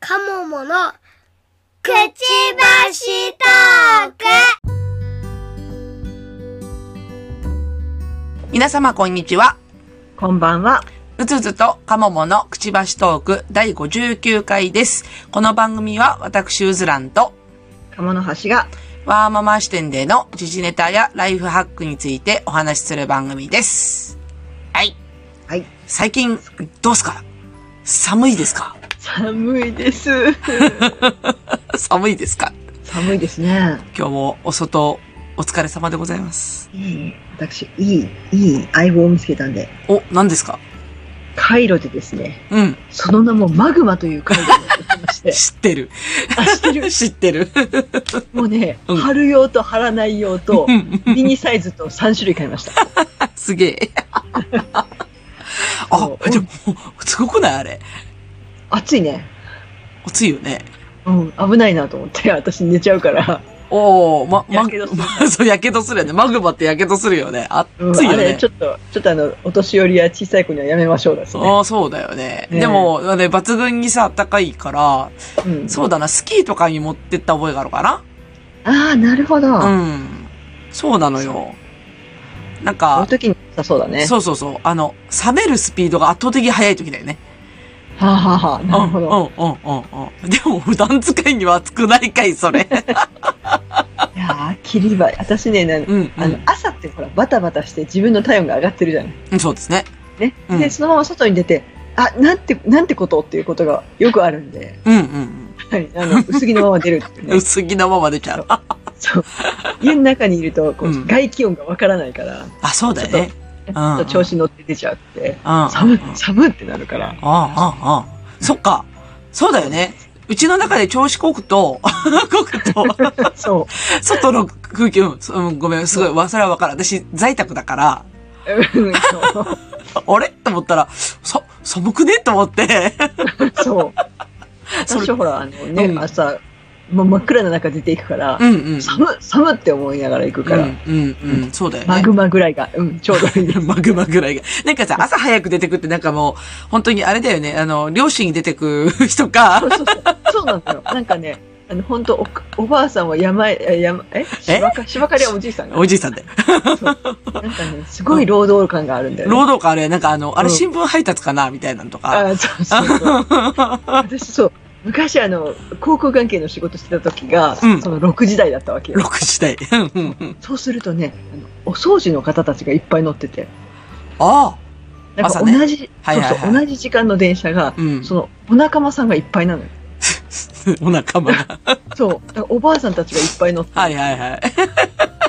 カモモのくちばしトーク皆様こんにちは。こんばんは。うつうつとカモモのくちばしトーク第59回です。この番組は私うずらんと鴨の橋がワーママ視点での時事ネタやライフハックについてお話しする番組です。はい。はい最近どうすか寒いですか寒いです。 寒いですか寒いですね。今日もお外お疲れ様でございます。いい私、いい、いい相棒を見つけたんで、お、何ですかカイロでですね、うん。その名もマグマというカイロをやってま して、知ってる。あ知ってる知ってる。もうね、うん貼る用と貼らない用と、ミニサイズと3種類買いました。 すげ え。あそ、うじゃあもう、すごくないあれ。暑いね。暑いよね。うん、危ないなと思って、私寝ちゃうから、おお、ま、ま、やけどするま そう、やけどするよね。マグマってやけどするよね。うん、暑いあよれ、ねち。ょっと、ちょっとあの、お年寄りや小さい子にはやめましょうですね。ああ、そうだよね。ねでも、あれ抜群にさ、暖かいから、うん、そうだな、スキーとかに持ってった覚えがあるかああ、なるほど。なこうん。そうなのよ。なんのか、時に良さそうだね。そうそうそう。あの、冷めるスピードが圧倒的に速い時だよね。はあ、はあはあ、なるほど。うん、うん、うん、うん。でも、普段使いには熱くないかい、そ れ。いやー、切りばい。私ね、なうん、あの、朝ってほら、バタバタして自分の体温が上がってるじゃない。うん。そうですね。ね。うんで、そのまま外に出て、あ、なんて、なんてことっていうことがよくあるんで、うん、うんはい、あの、薄着のまま出るっていううん。ね。薄着のまま出ちゃう。あ、そう。家の中にいると、こう、うん外気温がわからないから、あそうだよね。ちょっと調子乗って出ちゃって、うん。あ寒い、寒いってな るから。あ、ああ。そっか。そうだよね。うちの中で調子こくと、 こくと、そ外の空気、うんそううん、ごめん、すごい、わ、それはわかる。私、在宅だから、う。うんそう あれと思ったら、さ、寒くねと思って、そう。それ私はほら、あのね、うん朝、もう真っ暗な中出ていくから、うんうん。寒い、寒いって思いながら行くうかんら、うんうん。そうだよね。マグマぐらいが、うん、ちょうどいいです。マグマぐらいが。なんかさ、朝早く出てくってなんかもう、本当にあれだよね。あの、両親に出てく人 そか う、そうそう。そうなんだよ。なんかね、あの、本当お、おばあさんは山へ、え山、え芝か、芝刈りはおじいさんが。おじいさんで。なんかね、すごい労働感があるんだよね。労働かあれ、なんかあの、あれうん新聞配達かなみたいなのとか。あーそうそうそう。 私、そう。昔、あの、航空関係の仕事してた時が、うんその6時台だったわけよ。 6時台。うんうんうんそうするとね、あのお掃除の方たちがいっぱい乗ってて、あなんか朝同ねじ、はいはいはいそうそう、同じ時間の電車があ。、うん。その、お仲間さんがいっぱいなのよ。お仲間が。そう。だからおばあさんたちがいっぱい乗って、はいはいはい。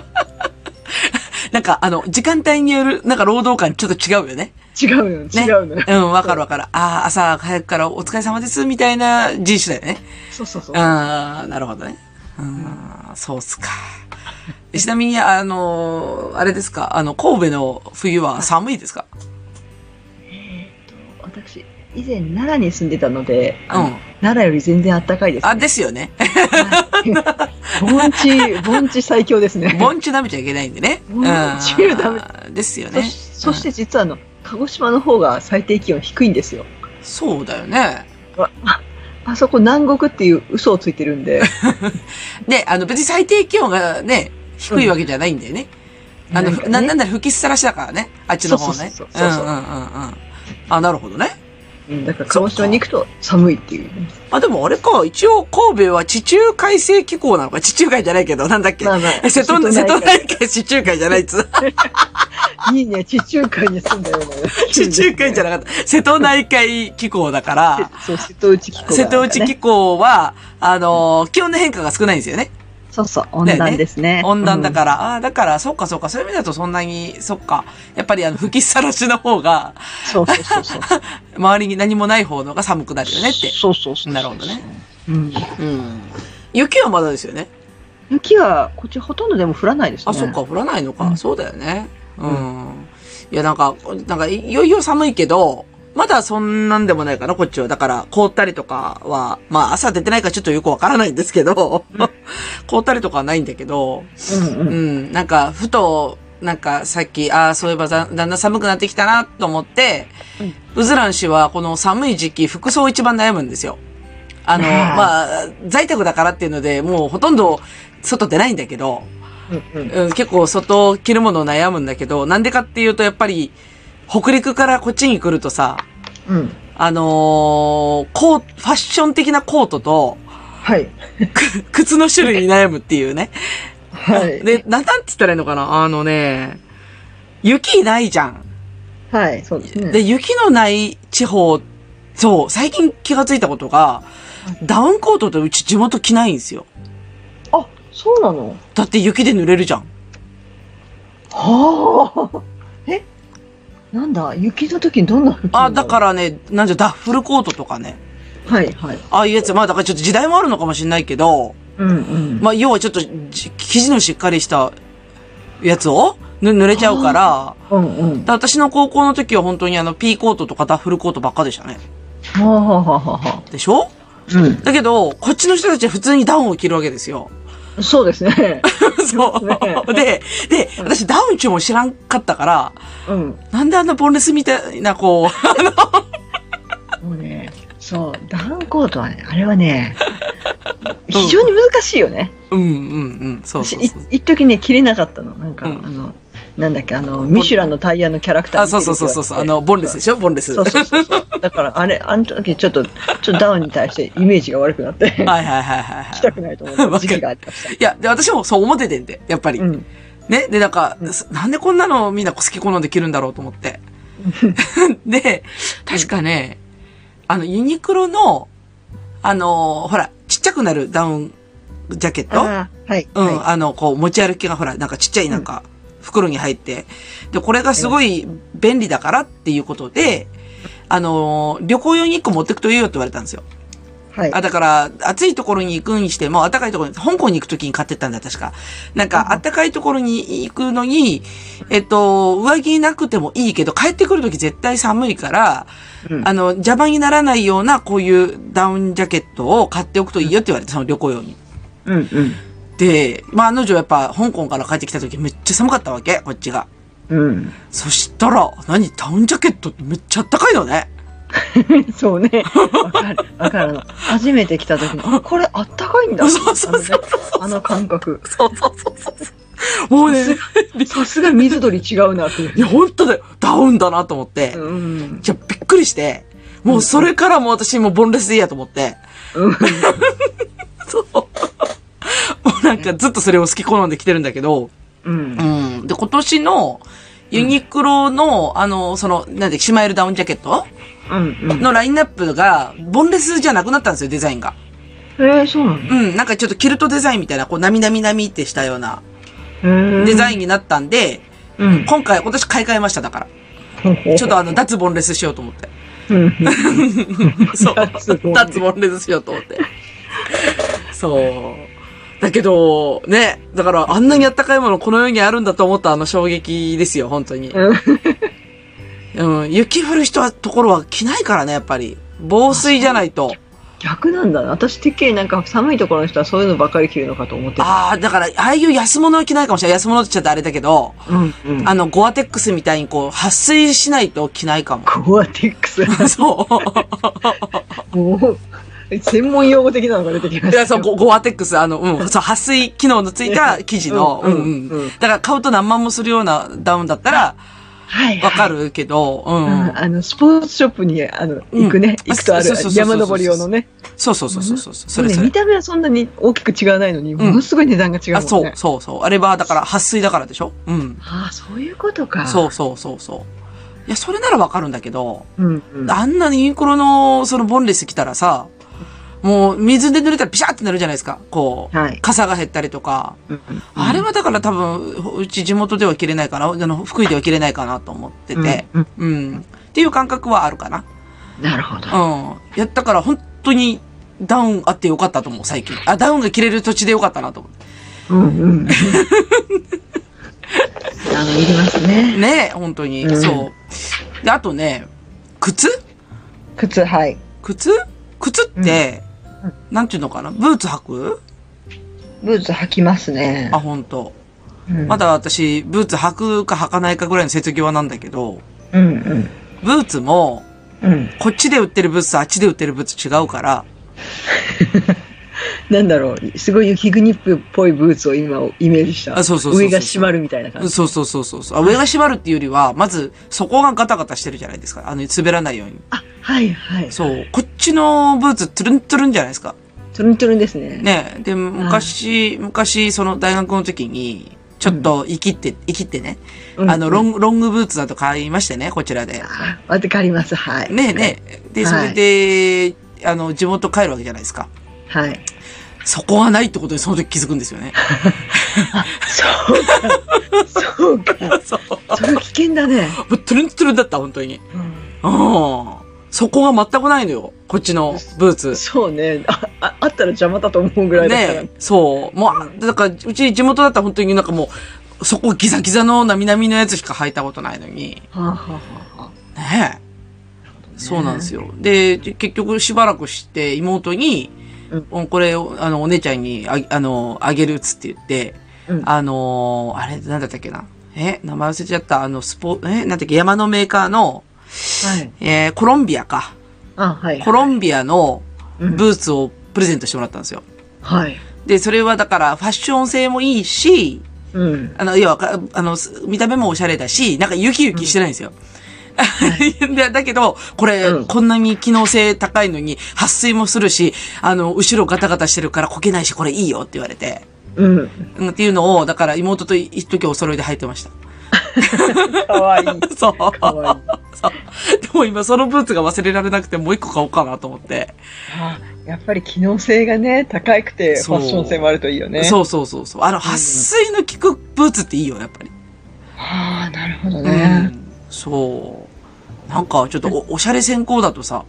なんかあの、時間帯による、なんか労働感ちょっと違うよ ね。違うのよ、違うのよ。うん、わかるわかる。ああ、朝早くからお疲れ様です、みたいな人種だよね。そうそうそう。ああ、なるほどね。うん、そうっすか。ちなみに、あの、あれですか、あの、神戸の冬は寒いですかえーっと、私、以前奈良に住んでたので、うあのん。奈良より全然暖かいです、あ、ね。ですよ ね。 はい盆地、盆地最強ですね。盆地舐めちゃいけないんでね。盆地うんダメですよそね。しそして実はあの、鹿児島の方が最低気温低いんですよ。そうだよね。あそこ南国っていう嘘をついてる んで、で、あの別に最低気温がね、低いわけじゃないんだよね。あの、なんかねな、なんだろ、吹きさらしだからね。あっちの方ね。そうそううんうそんうんうそううん。あ、なるほどね。うんだから鹿児島に行くと寒いっていうね、あ、でもあれか、一応神戸は地中海性気候なのか。地中海じゃないけど、なんだっけ。まあまえあ、瀬戸内、瀬戸内海、地中海じゃないっつ。いいね、地中海に住んだような。 地中海じゃななかった。瀬戸内海気候だから、そう、瀬戸内気候、瀬戸内気候は、あのー気温の変化が少ないんですよね。そうそう、温暖ですね。温暖だら。から、ああ、だから、そっかそっか、そういう意味だとそんなに、そっか、やっぱりあの、吹きさらしの方が、そうそうそうそう。周りに何もない方のが寒くなるよねって。そうそうそう。なるほどね。うん。うん。雪はまだですよね。雪は、こっちほとんどでも降らないですね。あ、そっか、降らないのか。うんそうだよね。う。うんいや、なんか、なんか、いよいよ寒いけど、まだそんなんでもないかな、こっちは。だから、凍ったりとかは、まあ、朝出てないからちょっとよくわからないんですけど、 凍ったりとかはないんだけど、うんう。うんん、なんか、ふと、なんか、さっき、ああ、そういえばだ、だんだん寒くなってきたな、と思って、うずらん氏は、この寒い時期、服装を一番悩むんですよ。あの、ねえまあ、在宅だからっていうので、もうほとんど外出ないんだけど、うんうん。うん、結構外着るもの悩むんだけど、なんでかっていうとやっぱり、北陸からこっちに来るとさ、うん。あのーコート、ファッション的なコートと、はい。く靴の種類に悩むっていうね。はい。で、な、なんて言ったらいいのかなあのね、雪ないじゃん。はい、そうですね。で、雪のない地方、そう、最近気がついたことが、ダウンコートってうち地元着ないんですよ。あ、そうなのだって雪で濡れるじゃん。はあ。えなんだ雪の時にどんな服。あ、だかららね、なんじゃ、ダッフルコートとかね。はい、はい。ああいうやつ、まあだからちょっと時代もあるのかもしれないけど、うんうん。まあ要はちょっとじ生地のしっかりしたやつをぬ濡れちゃうから、うんうん。だ私の高校の時は本当にあの、ピーコートとかダッフルコートばっかでしたね。はあはあはあはあはでしょあ。だけど、こっちの人たちは普通にダウンを着るわけですよ。うん。 そうですね。そう。で、で、私ダウン中も知らんかったから、うん。なんであんなボンレスみたいな、こう、もうね、そう、ダウンコートはね、あれ はね、非常に難しいよね。うん うんうん、そう私、そういそう。一時ね、切れなかったの。なんか、うんあの、なんだっけ、あの、ミシュランのタイヤのキャラクターあ、そうそうそうそうそう、あの、ボンレスでしょボンレス。そうそうそうそう。だから、あれ、あの時、ちょっと、ちょっとダウンに対してイメージが悪くなって、はいはいはいはい 着はたくないと思った時期がありまい。しいや、で、私もそう思っててんで、やっぱり。た。うん。ね。で、なんか、うんなんでこんなのみんな好き好んで着るんだろうと思って。 で、確かね、あの、ユニクロの、あのーほら、ちっちゃくなるダウンジャケットああ、はい。うん、はいあの、こう、持ち歩きがほら、なんかちっちゃいなんか、袋に入って、で、これがすごい便利だからっていうことで、あのー旅行用に1個持ってくといいよって言われたんですよ。はい。あ、だから、暑いところに行くにしても、暖かいところに、香港に行くときに買ってったんだよ、確か。なんか、暖かいところに行くのに、えっと、上着なくてもいいけど、帰ってくるとき絶対寒いから、うんあの、邪魔にならないような、こういうダウンジャケットを買っておくといいよって言われて、その旅行用に。うんうん。で、まあ、案の定やっぱ、香港から帰ってきた時めっちゃ寒かったわけ、こっちが。うん。 そしたら、何ダウンジャケットってめっちゃあったかいのね。そうね。わかる。わかるの。初めて来た時に、あこれあったかいんだ。そうそうそうあの感覚。そうそうそうそうそう。もうね、さすが水鳥違うなっていうい。や、本当だよ。ダウンだなと思って。いうん。や、びっくりして。もうそれからもう私もうボンレスでいいやと思って。うんそう。もうなんかずっとそれを好き好んできてるんだけど。うんう。ん。で、今年のユニクロの、あの、その、なんで、シマエルダウンジャケットうん。のラインナップが、ボンレスじゃなくなったんですよ、デザインが。えー、そうなのうん、なんかちょっとキルトデザインみたいな、こう、なみなみなみってしたようなえーデザインになったんで、うん。今回、今年買い替えました、だから。ちょっとあの、脱ボンレスしようと思って。うん。 そう。脱ボン脱ボンレスしようと思って。そう。だけど、ね、だからあんなにあったかいものこの世にあるんだと思ったあの衝撃ですよ、本当に。うんうん、雪降る人は、ところは着ないからね、やっぱり。防水じゃないと。逆なんだな。私、てっきりなんか寒いところの人はそういうのばっかり着るのかと思ってた。ああ、だから、ああいう安物は着ないかもしれない。安物って言っちゃってあれだけど、うんうん。あの、ゴアテックスみたいにこう、撥水しないと着ないかも。 コアテックス。そう。もう、専門用語的なのが出てきまいしたよ。や、そう、ゴゴアテックス、あの、うん、そう、撥水機能のついた生地の、ううんんうん。うんだから買うと何万もするようなダウンだったら、はい。わかる。るけど、う。うんんあの、スポーツショップに、あの、うん行くね。行くとあるそうそうそうそう。そう山登り用のね。そうそうそうそうそう。それねそ見れ。た目はそんなに大きく違わないのに、んものすごい値段が違うもあ、んね。そう、そうそう。あれは、だから、撥水だからでしょうん。ああ、そういうことか。そうそうそうそう。いや、それならわかるんだけど、う。うんうん。あんなにユニクロの、そのボンレス来たらさ、もう、水で濡れたらピシャーってなるじゃないですか。こう、はい傘が減ったりとか。うんうんあれはだから多分、うち地元では着れないかな、あの、福井では着れないかなと思ってて、うんうん。っていう感覚はあるかな。なるほど。うん。やったから本当にダウンあってよかったと思う、最近。あ、ダウンが着れる土地でよかったなと思って。うんうん。 あの、いりますね。ねえ、本当に。うんそう。で、あとね、靴靴、はい。靴靴って、なんていうのかなブーツ履くブーツ履きますねあ、。本当。うんまだ私、ブーツ履くか履かないかぐらいの瀬戸際なんだけど、うんうん。ブーツも、うん。こっちで売ってるブーツとあっちで売ってるブーツ違うから、なんだろう、すごい雪国っぽいブーツを今イメージした。あそうそうそうそう上が閉まるみたいな感じ。そうそうそうそうそう。あ上が縛るっていうよりは、まず、そこがガタガタしてるじゃないですか。あの、滑らないように。あ、はいはい。そう。こっちのブーツ、トゥルントゥルンじゃないですか。トゥルントゥルンですね。ねで、昔、昔、その大学の時に、ちょっと、生きって、生きってね。うんあの、ロング、ロングブーツだと買いましてね、こちらで。あわかります。はい。ねえねえ。で、そはいれで、あの、地元帰るわけじゃないですか。はい。そこがないってことにその時気づくんですよね。そうか。そうか。そう。 それ危険だね。もうトゥルントゥルンだった、本当に。うんうん。そこが全くないのよ。こっちのブーツ。そうねあ。ああったら邪魔だと思うぐらいだから。ねそう。もうあ、だから、うち地元だったら本当になんかもう、そこギザギザのなみなみのやつしか履いたことないのに。はあ、はあはあはねえ。そうなんですよ。で、結局しばらくして妹に、うん、これ、あの、お姉ちゃんにあ、あの、あげるっつって言って、うんあの、あれ、なんだったっけな。え、名前忘れちゃった。あの、スポ、え、なんだっけ、山のメーカーの、あ。はい。えーコロンビアか。あ、はい。コロンビアのうんブーツをプレゼントしてもらったんですよ。はい。で、それはだから、ファッション性もいいし、うん。あの、要はか、あの、す見た目もおしゃれだし、なんかユキユキしてないんですよ。 でだけど、これ、うんこんなに機能性高いのに、撥水もするし、あの、後ろガタガタしてるからこけないし、これいいよって言われて。うん。うんっていうのを、だから妹とい一時お揃いで履いてました。 かわいい。そう。かわいい。そうでも今そのブーツが忘れられなくてもう一個買おうかなと思って。あやっぱり機能性がね、高くて、フそうァッション性もあるといいよね。う。そうそうそうそう。あの、撥水の効くブーツっていいよ、やっぱり。ああ、なるほどうね。んそう。なんかちょっとおおしゃれ先行だとさ、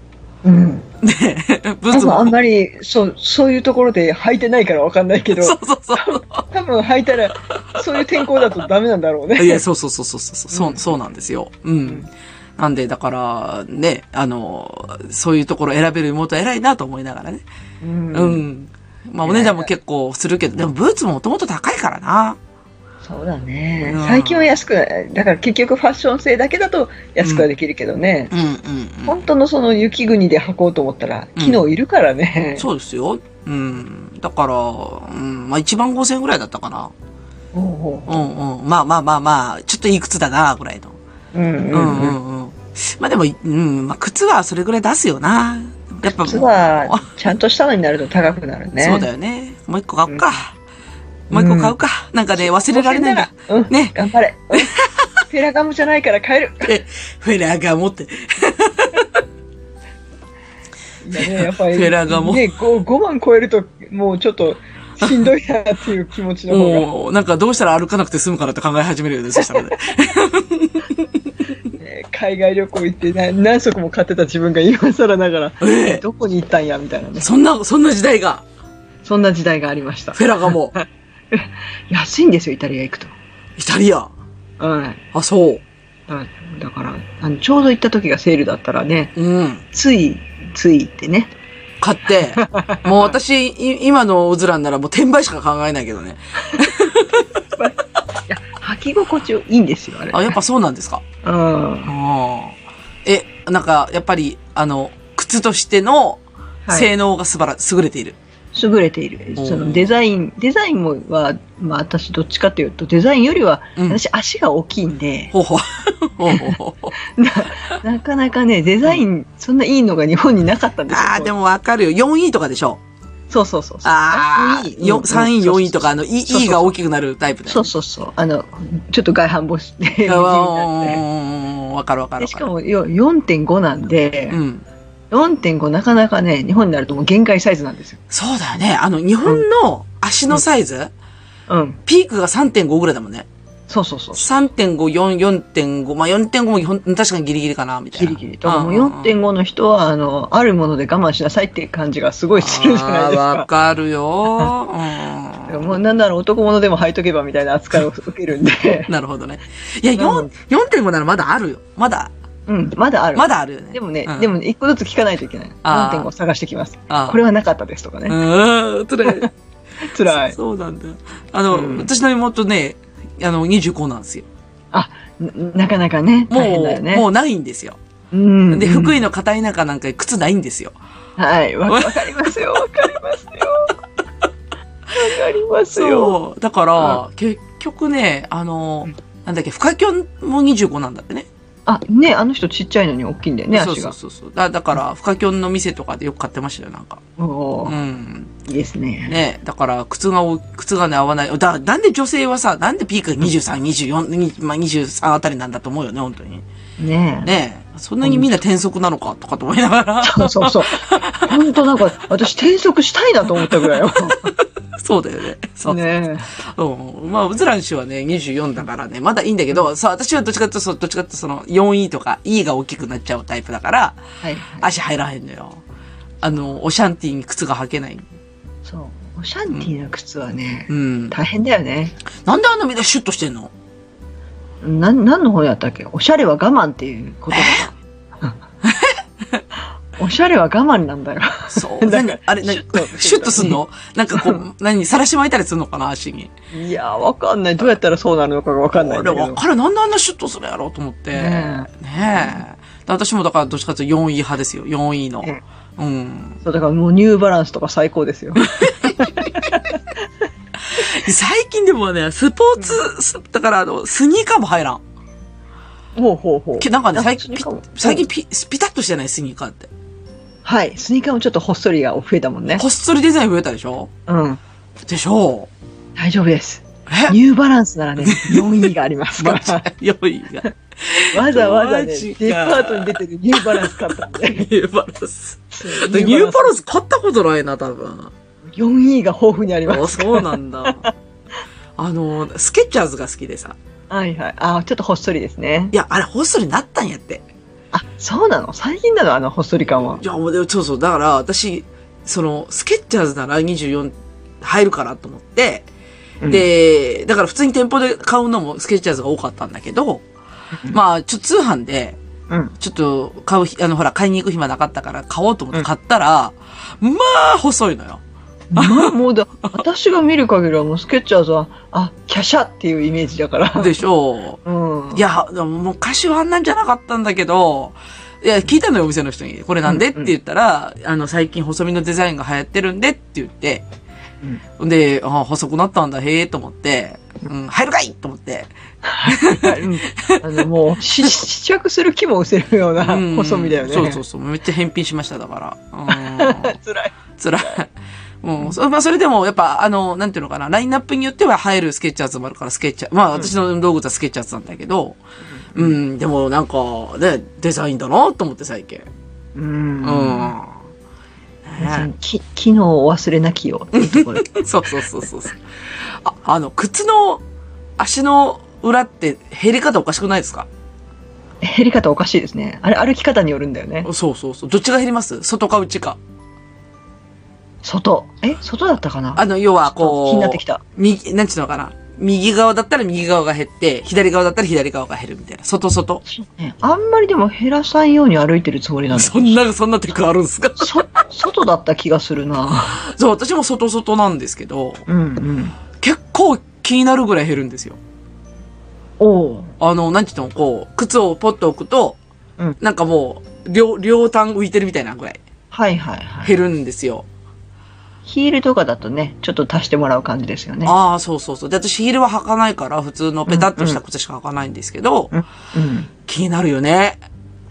うん。ブー多ツ分あもん。まり、そう、そういうところで履いてないからわかんないけど、そうそうそう。多分履いたら、そういう天候だとダメなんだろういね。や、そうそうそうそうそう、そううんそうなんですよ。うん。んなんで、だから、ね、あの、そういうところ選べる妹は偉いなと思いながらね。う。うんん。まあ、お値段も結構するけど、でもブーツももともと高いからな。そうだねうん。最近は安くない。だから結局ファッション性だけだと安くはできるけどね。うんうんうん。本当のその雪国で履こうと思ったら、うん機能いるからね。そうですよ。うん。だから、うん、まあ、1万5千円ぐらいだったかな。おうおうんうん。まあまあまあまあ、ちょっといくつだな、ぐらいの。ううんううんんううん。んうん。まあでも、うん、まあ靴はそれぐらい出すよな。やっぱもう、靴は、ちゃんとしたのになると高くなるね。そうだよね。もう一個買おうか。もう一個買うか。なんかね、忘れられないんだ。うん。ね。頑張れ。うんペラガムじゃないから帰る。フェラガモって。いやね、やっぱり。ペラガモね、5、5万超えると、もうちょっと、しんどいなっていう気持ちの方が。もう、なんかどうしたら歩かなくて済むかなって考え始めるよね、そしたらね。 ね海外旅行行ってな何足も買ってた自分が今更ながええら、どこに行ったんや、みたいなね。そんな、そんな時代が、そんな時代がありました。フェラガモ。安いんですよ、イタリア行くと。イタリア。うん。あ、そう。うんだから、あの、ちょうど行った時がセールだったらね、うん。つい、ついってね。買って。もう私、い今のうずらんならもう転売しか考えないけどね。いや、履き心地いいんですよ、あれ。あ、やっぱそうなんですか。うん。あーえ、なんか、やっぱり、あの、靴としてのはい。性能が素晴ら、優れている。優れている。おーそのデザイン、デザインもは、まあ私どっちかというと、デザインよりは、うん。私足が大きいんで、ほうほう。ほうほうほうほう。な かなかね、デザイン、そんないいのが日本になかったんですよ。ああ、でもわかるよ。4位とかでしょ。そうそうそうそう。ああ、いいよ3位、4位とか、あの、そう E そうそう E が大きくなるタイプだよそうね。そうそう。あの、ちょっと外反母趾で、地味にうんなってうんわかるわかるでわしかかる。もよ4.5なんで、うん。 4.5なかなかね、日本になるともう限界サイズなんですよ。そうだよね。あの、日本の足のサイズ、うん。ピークが3.5ぐらいだもんね。そうそうそう。 3.5、4、4.5。まあ、4.5もほん確かにギリギリかな、みたいギな。リギリ。だからもうんんん4.5の人は、あの、あるもので我慢しなさいっていう感じがすごいするじゃないですあーわか。かる よ。うん。もうなんなら男物でも履いとけばみたいな扱いを受けるんでなるほどね。いや、な4の、 4.5ならまだあるよ。まだ、うん、まだある。まだあるよね。でもね、うんでもね、一個ずつ聞かないといけない。あー4.5探してきます。あこれはなかったですとかね。うん、つらい。辛い。そうなんだよ。あの、うん私の妹ね、あの、25なんですよ。ななかなかね、も大変だう、よね。もうないんですよ。うん。で、うん福井の片田舎なんか靴ないんですよ。はい。わわかります よ。わかりますよ。わかりますよ。そう。だから、結局ね、あのうん、なんだっけ、深きょんも25なんだってね。あ、ね、あの人ちっちゃいのに大きいんだよね、そう足そがう。そうそう。だだから、深きょんの店とかでよく買ってましたよ、なんか。おうーん。いいですね。ねだから、靴がお、靴がね、合わない。だ、なんで女性はさ、なんでピークが23、24、にまあ、23あたりなんだと思うよね、本当に。ねえ。ねそんなにみんな転職なのか、とかと思いながら。そうそうそう。本当なんか、私転職したいなと思ったぐ らいよ。そうだよ ね。そう。ねうん。まあ、うずらん氏はね、24だからね、まだいいんだけど、さ、私はどっちかというと、どっちかというとその、4E とか E が大きくなっちゃうタイプだから、え。はい、はい。足入らへんのよ。あの、オシャンティーに靴が履けない。そう。オシャンティーの靴はね、うん。大変だよね。なんであんなみんなシュッとしてんのなん、何の本やったっけおしゃれは我慢っていう言葉 が。おしゃれは我慢なんだよ。そう。 ななんんかか、あれ、なシュッとしてるシュッとすんのなんかこう、何、さらし巻いたりするのかな、足に。いやー、わかんない。どうやったらそうなるのかがわかんないあんれ、だけわど。かる。なんであんなシュッとするやろうと思って。ねねえ。で私もだから、どっちかというと 4E 派ですよ。4E のね。うん。そう、だからもうニューバランスとか最高ですよ。最近でもね、スポーツ、すだから、あの、スニーカーも入らん。ほうほうほう。けなんかね、あ最近スニーピカーも、最近ピ、ピタッとしてない、スニーカーって。はい。スニーカーもちょっとほっそりが増えたもんね。こっそりデザイン増えたでしょうん。でしょう大丈夫です。えニューバラン スならね、4位がありますかマら。ジ良 いが。わざわざマね、ジかデパートに出てるニューバランス買った んで。ニューバランス。ニューバランス買ったことないな、多分。 4E が豊富にありまあす。そうなんだ。あの、スケッチャーズが好きでさ。はいはい。あーちょっとほっそりですね。いや、あれ、ホストになったんやって。あ、そうなの最近なのあのほっそり感は。いや、もうでもそうそう。だから、私、その、スケッチャーズなら24入るかなと思って、うん、で、だから普通に店舗で買うのもスケッチャーズが多かったんだけど、うんまあ、ちょっと通販で、うん。ちょっと買う日、あの、ほら、買いに行く暇なかったから買おうと思って買ったら、まあ、細いのよ。まあ、もうだ、私が見る限りはもうスケッチャーズは、あ、キャシャっていうイメージだから。でしょうん。う。い、や、でも昔はあんなんじゃなかったんだけど、いや、聞いたのよ、お店の人に。これなんで、うんうんって言ったら、あの、最近細身のデザインが流行ってるんでって言って、で、あ細くなったんだ、へえ、と思って、うん、入るかいと思って。うん、あの、もう、し試着する気も失せるようなうん細身だよね。そうそうそう。めっちゃ返品しました、だから。うん 辛い。辛い。うん、そまあ、それでも、やっぱ、あの、なんていうのかな、ラインナップによっては入るスケッチャーズもあるから、スケッチャー、まあ、私の道具はスケッチャーズなんだけど、うん、でも、なんか、ね、デザインだなと思って、最近。うう。んん。ねき機能をお忘れなきよっていうところ。そうそうそうそうそう。あ、あの、靴の、足の裏って、減り方おかしくないですか減り方おかしいですね。あれ、歩き方によるんだよね。そうそうそう。どっちが減ります外か内か。外。え外だったかなあの、要は、気になこってきた。う、右、なんていうのかな。右側だったら右側が減って、左側だったら左側が減るみたいな。外外。ねあんまりでも減らさんように歩いてるつもりなんだそんな、そんなテクあるんですかそ、外だった気がするな。 そう、私も外外なんですけど、うんうん。結構気になるぐらい減るんですよ。おう。あの、なんていうの、こう、靴をポッと置くと、うんなんかもう、両、両端浮いてるみたいなぐらいはいはいはい。減るんですよ。ヒールとかだとね、ちょっと足してもらう感じですよね。ああ、そうそうそう。で、私ヒールは履かないから、普通のペタッとした靴しか履かないんですけど、うん。気になるよね。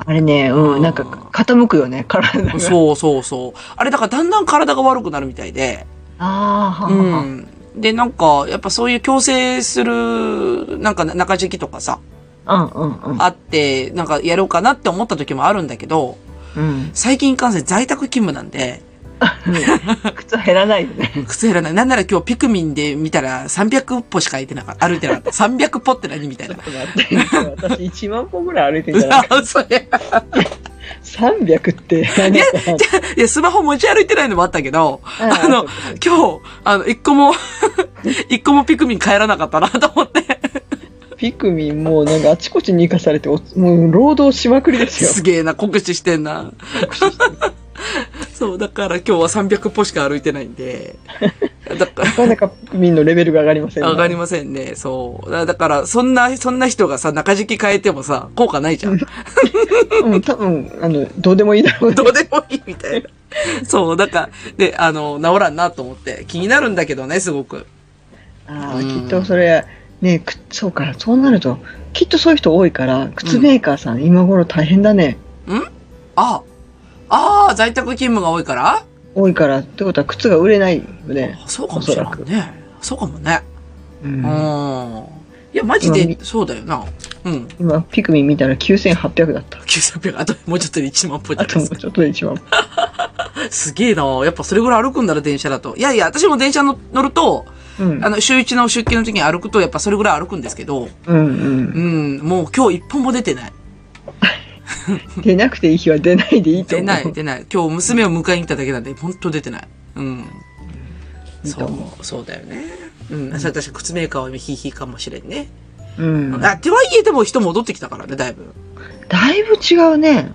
あれね、ううんん、なんか傾くよね、体が。そうそうそう。あれ、だからだんだん体が悪くなるみたいで、ああ、はうはは。ん。で、なんか、やっぱそういう矯正する、なんか中敷きとかさ、うんうんうん。あって、なんかやろうかなって思った時もあるんだけど、うん。最近感染在宅勤務なんで、靴減らないよね。靴減らない。なんなら今日ピクミンで見たら300歩しか歩いてなかった。歩いてなかった。300歩って何みたい ちょなっ。と待って。私1万歩ぐらい歩いてんじゃないか。あ それ300って何やったいや、スマホ持ち歩いてないのもあったけど、あの、今日、あの、一個 も、一個もピクミン帰らなかったなと思って、ピクミンもうなんかあちこちに行かされてお、もう労働しまくりですよ。すげえな、酷使してんな。そう、だから今日は300歩しか歩いてないんで、だ からなかなか国民のレベルが上がりませんね上がりませんね。そう。だだから、そんな、そんな人がさ、中敷き変えてもさ、効果ないじゃん。うん、多分、あの、どうでもいいだろう ねどうでもいいみたいな。そう、だから、で、あの、治らんなと思って、気になるんだけどね、すごく。ああ、うんきっとそれ、ね、くそうか、そうなると、きっとそういう人多いから、靴メーカーさん、今頃大変だね。あ、ああ、在宅勤務が多いから多いから、ってことは靴が売れないよね。そうかもしれんね。そうかもね。ううんん。いや、マジで、そうだよな。うん。今、ピクミン見たら9800だった。 900、あと、もうちょっとで1万歩じゃなあいとでもすうか。 ちょっとで一番。すげえなやっぱそれぐらい歩くんだな、電車だと。いやいや、私も電車の乗ると、うんあ。の、週一の出勤の時に歩くと、やっぱそれぐらい歩くんですけど、うんうん、もう今日一本も出てない。うん。出なくていい日は出ないでいいと出思う。ない、出ない。今日娘を迎えに行っただけなんで、本当出てない。うん。いいそと思う、そうだよね。うん。私、私、靴メーカーは今、ヒーヒーかもしれんね。う。うん。あ、手はいえでも人戻ってきたからね、だいぶ。だいぶ違うね。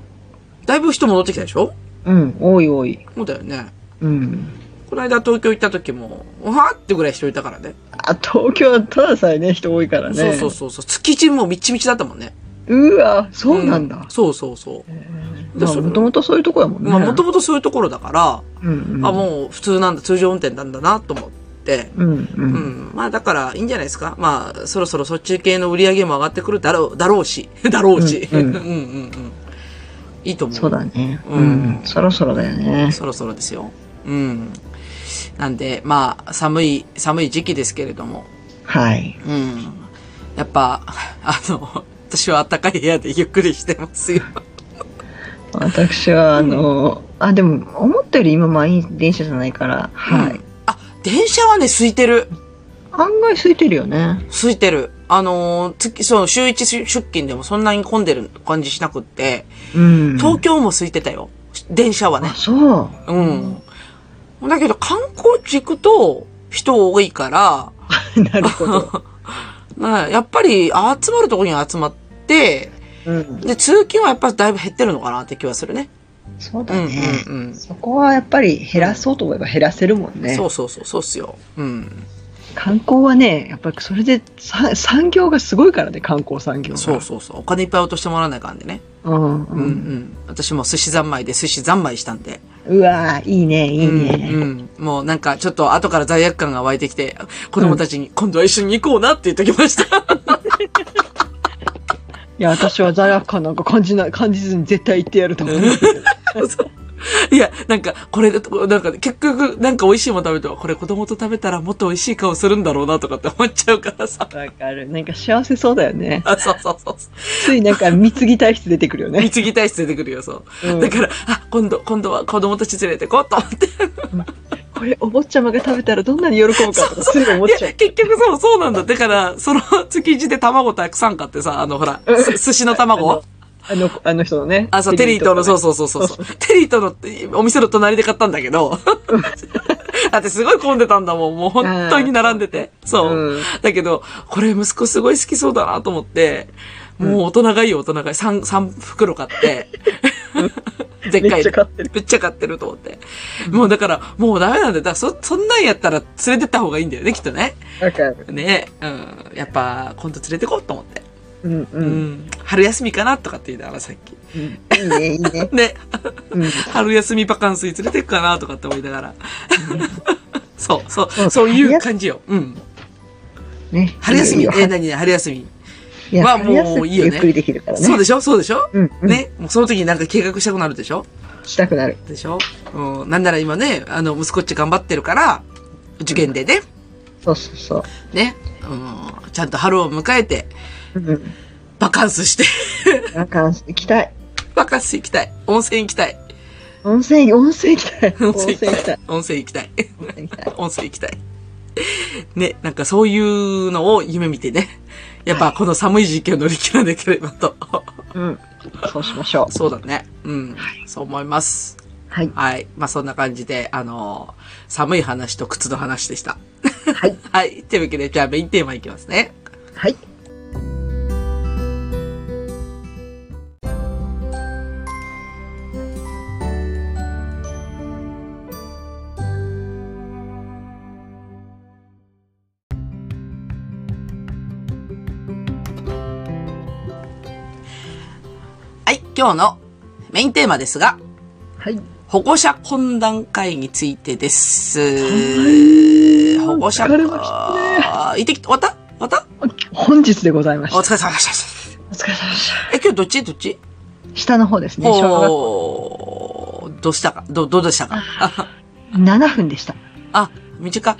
だいぶ人戻ってきたでしょうん、多い多い。そうだよね。うん。この間東京行った時も、うわーってぐらい人いたからね。あ、東京はたださえね、人多いからね。そうそうそうそう。築地もみちみちだったもんね。うわ、そうなんだ。そうそうそう。でそれもともとそういうとこやもんね。まあ、もともとそういうところだから、うんうん、あ、もう普通なんだ、通常運転なんだなと思って。うんうん。ううんん。まあ、だから、いいんじゃないですか。まあ、そろそろそっち系の売り上げも上がってくるだろう、だろうし。 だろうし。う、うんんう、うんんうんうん。いいと思う。そうだね。ううんん。そろそろだよね。そろそろですよ。うん。なんで、まあ、寒い、寒い時期ですけれども。はい。うん。やっぱ、あの、私は暖かい部屋でゆっくりしてますよ。私は、あの、あ、でも、思ったより今満員電車じゃないから、はい。うんあ、電車はね、空いてる。案外空いてるよね。空いてる。あのー、月、そう、週一出勤でもそんなに混んでる感じしなくって、うん。東京も空いてたよ。電車はねあ、。そう。うん。だけど、観光地行くと、人多いから、 なるほど。まあ、やっぱり、集まるところに集まって、うん。で、通勤はやっぱだいぶ減ってるのかなって気はするね。そううんだね。うんうん。そこはやっぱり減らそうと思えば減らせるもんね。そうそうそう、そうっすよ。うん。観光はね、やっぱりそれでさ産業がすごいからね、観光産業が。そうそうそう。お金いっぱい落としてもらわないかんでね。うんう。うんうんん。私も寿司三昧で寿司三昧したんで。うわーいいね、いいね。うん。うん。もうなんかちょっと後から罪悪感が湧いてきて、子供たちに今度は一緒に行こうなって言ってきま した。いや、私は罪悪感なんか感じない、感じずに絶対行ってやると思う。いや、なんかこれ、なんか結局なんか美味しいもの食べても、これ子供と食べたらもっと美味しい顔するんだろうなとかって思っちゃうからさ。 わかる。なんか幸せそうだよね。あ、そうそうそう そう。ついなんか貢ぎ体質出てくるよね。貢ぎ体質出てくるよ、そう。うんだから、あ、今度、今度は子供たち連れてこうと思って。これお坊ちゃまが食べたらどんなに喜ぶかとかすぐ思っいちゃ やう。結局そう、そうなんだ。だから、その築地で卵たくさん買ってさ、あの、ほら、うんす寿司の卵あの、あの人のね。あ、そう、テリーとの、そうそそうそうそうそう。テリーとのお店の隣で買ったんだけど。 だってすごい混んでたんだもん。もう本当に並んでて。そう。うんだけど、これ息子すごい好きそうだなと思って、もう大人がいいよ、大人がいい。3、三袋買って。でっかいめっちゃ買ってる。めっちゃ買ってると思って。もうだから、もうダメなんだよ。だからそ、そんなんやったら連れてった方がいいんだよね、きっとね。わかる。ねうん。やっぱ、今度連れてこうと思って。うんう。うんん。春休みかなとかって言いながらさっき。うんいいね、いいね。ね。うん。 春休みバカンスに連れてくかなとかって思いながら。 そう、そうう、んそういう感じよ。うん。ね。春休み。いいよえ、何春休み。いやは春休みもういいよねゆっくりできるからね。そうでしょそうでしょうんうんね。もうその時になんか計画したくなるでしょしたくなる。でしょうん。なんなら今ね、あの、息子っち頑張ってるから、受験でね。そうそうそう。ね。うん。ちゃんと春を迎えて、うん。バカンスして、 バカンス行きたい。バカンス行きたい。温泉行きたい。温泉、温泉行きたい。温温泉行き泉行きたいたい。。温泉行きたい。温泉行きたい。温泉行きたい。ね、なんかそういうのを夢見てね。やっぱこの寒い時期を乗り切らなければと。うん。 そうしましょう。そうだね。うん。そう思います。はい。はい。まあそんな感じで、あのー寒い話と靴の話でした。はい。はい。というわけで、じゃあメインテーマいきますね。はい。今日のメインテーマですが、はい。保護者懇談会についてです。はい保護者、疲れましたねあー行ってきて、終わった終わった本日でございましおた。疲れ様でした。お疲れ様でした。え、今日どっちどっち下の方ですね。小学校おー、どうしたかど、どうでしたか7分でした。あ、 短っ。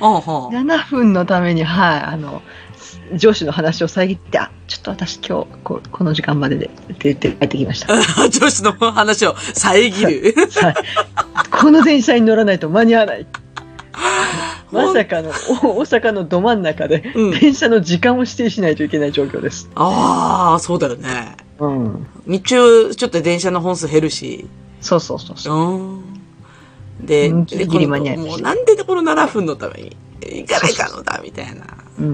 おうほう。 7分のために、はい、あの、上司の話を遮って、あ、ちょっと私今日、ここの時間までで、って言って帰ってきました。上司の話を遮る。はいこの電車に乗らないと間に合わない。まさかの、お大阪のど真ん中で、うん電車の時間を指定しないといけない状況です。ああ、そうだよね。うん。日中、ちょっと電車の本数減るし。そうそうそううそう。ーん。で、うんギリギリ間に合いでましたもうなんでこの7分のために行かないかのだ、みたいな。うん。う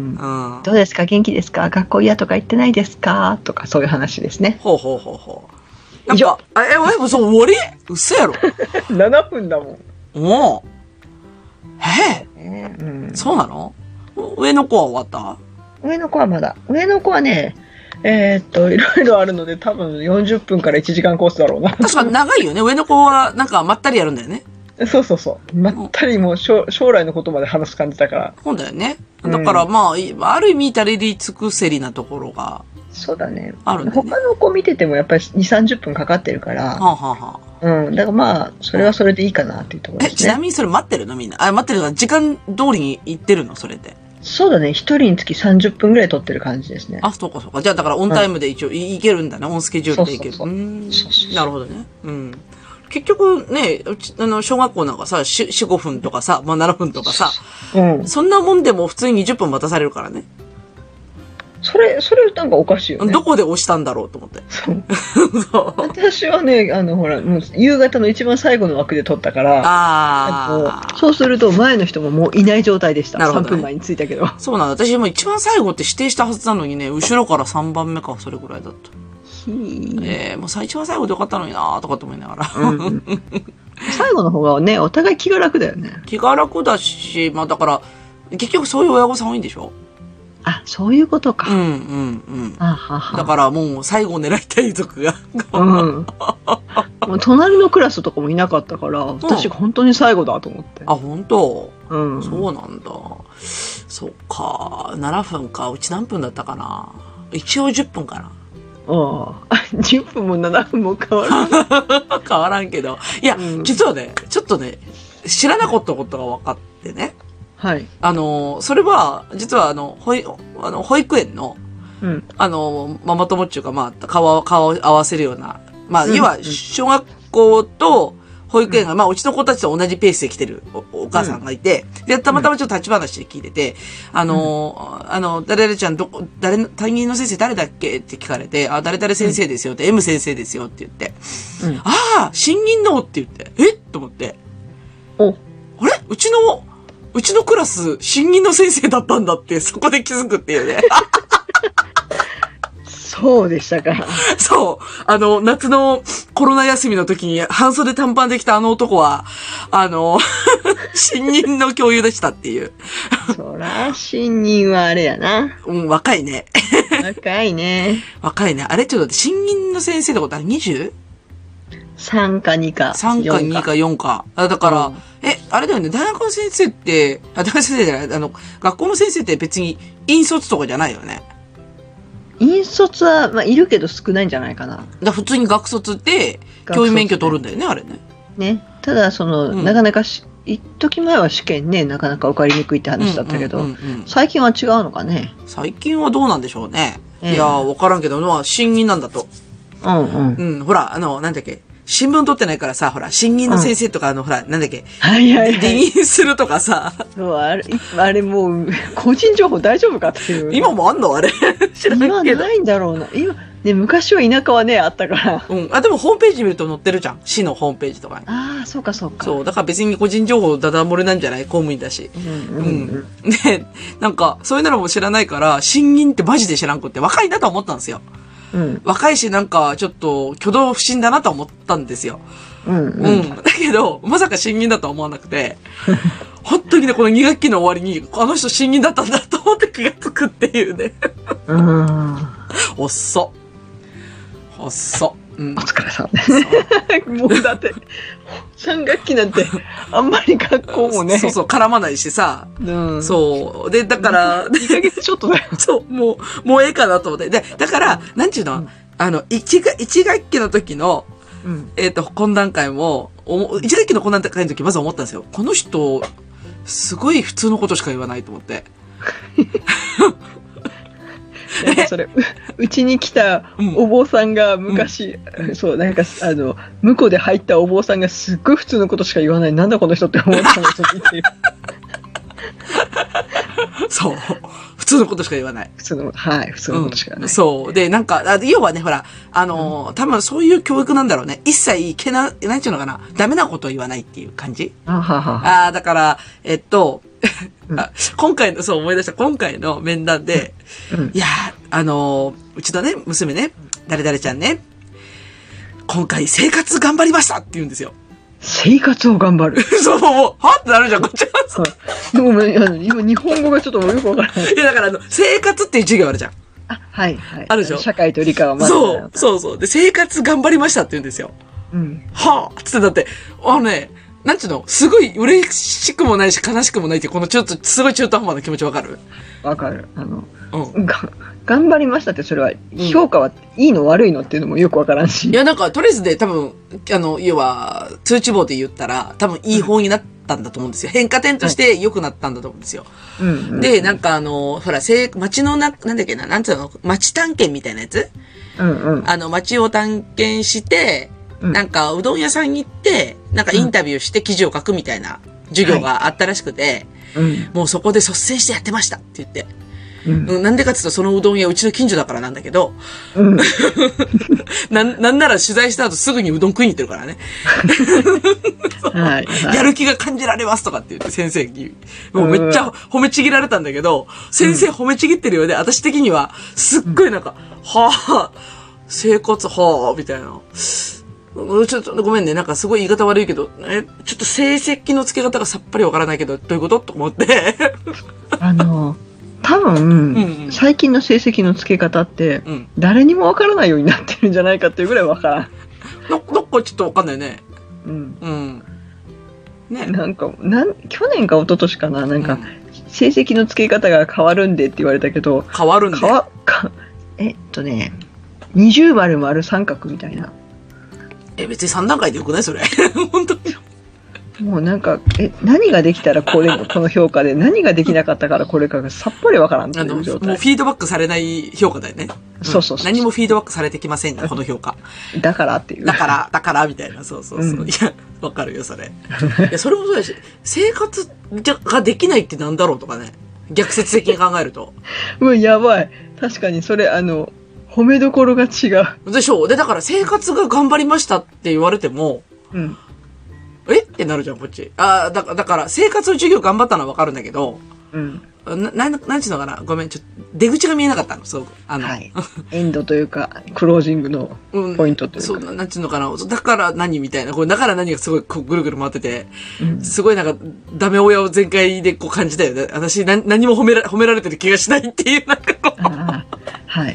ん。どうですか元気ですか学校嫌とか言ってないですかとか、そういう話です ね。ほうほうほうほう。なん以上か、え、え、もうそう終わり嘘やろ。 7分だもん。もう。えうんえ、そうなの上の子は終わっ上の子はまだ。上の子はね、えーっと、いろいろあるので、多分40分から1時間コースだろうな。 た確か長いよね。上の子はなんかまったりやるんだよね。そうそうそう。まったりもう将将来のことまで話す感じだから。そうだよね。うんだからまあ、いある意味至れり尽くせりなところがそうだね。あるんだよね。は他の子見ててもやっぱり2、30分かかってるから、あ、はあはあ、うん。だからまあ、それはそれでいいかなっていうところえ、ですちなね。みにそれ待ってるのみんな。あ、待ってるの時間通りに行ってるのそれで。そうだね。1人につき30分ぐらい取ってる感じですね。あ、そうかそうか。じゃあだからオンタイムで一応い行けるんだね。オンスケジュールで行ける。そうそうそうーんそうそうそうなるほどね。うん。結局ね、うちあの、小学校なんかさ、4、5分とかさ、まあ7分とかさ、うん。そんなもんでも普通に20分待たされるからね。それ、それなんかおかしいよね。どこで押したんだろうと思って。そうそう私はね、あの、ほら、もう夕方の一番最後の枠で撮ったから、ああ。そうすると前の人ももういない状態でした。なるほどね3分前に着いたけど。そうなんだ。私も一番最後って指定したはずなのにね、後ろから3番目か、それぐらいだった。えー、もう最一番最後でよかったのになーとかと思いながら。 うん最後の方がね、お互い気が楽だよね。気が楽だし、まあだから、結局そういう親御さん多いんでしょあ、そういうことうんか。うんうん。あはだは。からもう最後を狙いたい族が。 うん。もう隣のクラスとかもいなかったから、私本当に最後だと思って。あ、本当うん。そうなんだ。そっか。7分か。うち何分だったかな。一応10分かな。 ああ。10分も7分も変 わらない。変わらんけど。いや、うん実はね、ちょっとね、知らなかったことが分かってね。はい。あの、それは、実はあの、保育、あの保育園の、うん。あの、ママ友っていうか、まあ、顔を、顔を合わせるような、まあ、うん要は、小学校と保育園が、まあ、うちの子たちと同じペースで来てるおお母さんがいて、で、たまたまちょっと立ち話で聞いてて、あの、あの、誰々ちゃんどこ、誰の、担任の先生誰だっけって聞かれて、あ、誰々先生ですよって、M 先生ですよって言って、うん。ああ、新任のって言って、えっと思って、お、あれうちの、うちのクラス、新任の先生だったんだって、 そこで気づくっていうね。 そうでし たか。そう。あの、夏のコロナ休みの時に半袖短パンできたあの男は、あの、 新任の教諭でしたっていう。そら、新任はあれやな。うん、若いね。 若いね。若いね。あれちょっと待って、新任の先生ってことは 20?3 3か2か。か4 2か。4か。あだから、え、あれだよね、大学の先生って、あ、大学の先生じゃない、あの、学校の先生って別に引率とかじゃないよね。引率は、まあ、いるけど少ないんじゃないかな。だから普通に学卒で、教員免許取るんだよね、あれね。ね、ただその、うんなかなかし一時前は試験ねなかなか受かりにくいって話だったけど、うんうんうんうん最近は違うのかね最近はどうなんでしょうね。ええいやー、わからんけど、まあ、新任なんだと。うんうんうん、ほら、あの、なんだっけ、新聞取ってないからさ、ほら、新任の先生とか、あの、ほら、なんだっけ、はいはいは離い任するとかさ、そうあれいあれもう個人情報大丈夫かっていう今もあんのあれ知ら今んけど。ないんだろうな今ね昔は田舎はねあった からうん。あ、でもホームページ見ると載ってるじゃん。市のホームページとかに。ああそうかそうかそう。だから別に個人情報ダダ漏れなんじゃない公務員だし。うんううんうん、ん。で、なんか、そういうのも知らないから、新任ってマジで知らんくって若いなとは思ったんですよ。うん若いし、なんか、ちょっと、挙動不審だなとは思ったんですよ。うんううんん。だけど、まさか新任だとは思わなくて、本当にね、この2学期の終わりに、あの人新任だったんだと思って気がつくっていうね。うんおっそ。細。うんお。疲れさんです。 もうだって、3学期なんて、あんまり学校もね。そうそう、絡まないしさ。うん。う。そう。で、だから、 2ヶ月ちょっとだよ。そう、もう、もうええかなと思って。で、だから、なんちゅうの、うんあの、一学、一学期の時の、うん。えっ、と、懇談会も、おも一学期の懇談会の時、まず思ったんですよ。この人、すごい普通のことしか言わないと思って。なんかそれ、ううちに来たうんお坊さんが昔、そう、なんか、あの、向こうで入ったお坊さんがすっごい普通のことしか言わない。なんだこの人って思ったのをちょっと言 ってる。そう。普通のことしか言わない。普通の、はい、普通のことしか言わうなんい。そう。で、なんか、あ要はね、ほら、あのー多分そういう教育なんだろうね。一切いけな、なんちゅうのかな。ダメなことは言わないっていう感じあははは。ああ、だから、えっと、うんあ今回の、そう思い出した、今回の面談で、うんいやー、あのーうちのね、娘ね、誰々ちゃんね、今回生活頑張りましたって言うんですよ。 生活を頑張る。そう、もうもう、はってなるじゃん、こっちは。はい。でももうあの今、日本語がちょっともうよくわからない。いや、だから、あの、生活っていう授業あるじゃん。あ、はい、はい。あるでしょ社会と理科はまだそなう、そうそう。で、生活頑張りましたって言うんですよ。うん。はあつって、だって、あのね、なんちゅうの、すごい嬉しくもないし、悲しくもないっていう、このちょっと、すごい中途半端な気持ちわかるわかる。あの、うん。が頑張りましたってそれは評価はいいの悪いのっていうのもよくわからんし、いや、なんか、とりあえずで、多分、あの、要は、通知棒で言ったら、多分、いい方になったんだと思うんですよ。変化点として良くなったんだと思うんですよ。うんうん、で、なんか、あの、ほら、せい街のな、なんだっけな、なんつうの、街探検みたいなやつうんうんあの、街を探検して、うんなんか、うどん屋さんに行って、なんか、インタビューして記事を書くみたいな授業があったらしくて、うんもうそこで率先してやってましたって言って。うんうんなんでかっていうと、そのうどん屋、うちの近所だからなんだけど、うんなん、なんなら取材した後すぐにうどん食いに行ってるからね。はいやはいる気が感じられますとかって言って先生に、もうめっちゃ褒めちぎられたんだけど、先生褒めちぎってるようで、私的には、すっごいなんか、はぁ、生活はぁ、みたいな。うんちょっとごめんね、なんかすごい言い方悪いけど、え、ちょっと成績の付け方がさっぱりわからないけど、どういうことと思って。あの多うんう分ん最近の成績の付け方って うん。誰にもわからないようになってるんじゃないかっていうぐらいわからん、ど、どっかちょっとわかんないね。うん、うん。ね。なんかなん去年か一昨年かななうんかん成績の付け方が変わるんでって言われたけど変わるん変だよ。わかえっとね二重丸丸三角みたいなえ、別に3段階でよくないそれ。 本当に。もうなんか、え、何ができたらこれ、この評価で、何ができなかったからこれかがさっぱりわからんってあの、もいううフ状ィ態。ードバックされない評価だよね。んそうそうそう何もフィードバックされてきま せんが、この評価。だからっていう。だから、 だから、みたいな。そうそうそう。うんいや、わかるよ、それ。いや、それもそうだし、生活じゃができないってなんだろうとかね。逆説的に考えると。うん、やばい。確かにそれ、あの、褒めどころが違う。でしょう。で、だから生活が頑張りましたって言われても、うん。えってなるじゃん、こっち。ああ、だから、だから、生活の授業頑張ったのはわかるんだけど、うん。な、なん、なんちゅうのかなごめん、ちょっと、出口が見えなかったの、すごく。あの、はい。 エンドというか、クロージングのうんポイントというか。そう、ななんていうのかな。だから何みたいな。これ、だから何がすごいこうぐるぐる回ってて、うんすごいなんか、ダメ親を全開でこう感じたよね。私、な何も褒めら、褒められてる気がしないっていう、なんかこああはい、はい。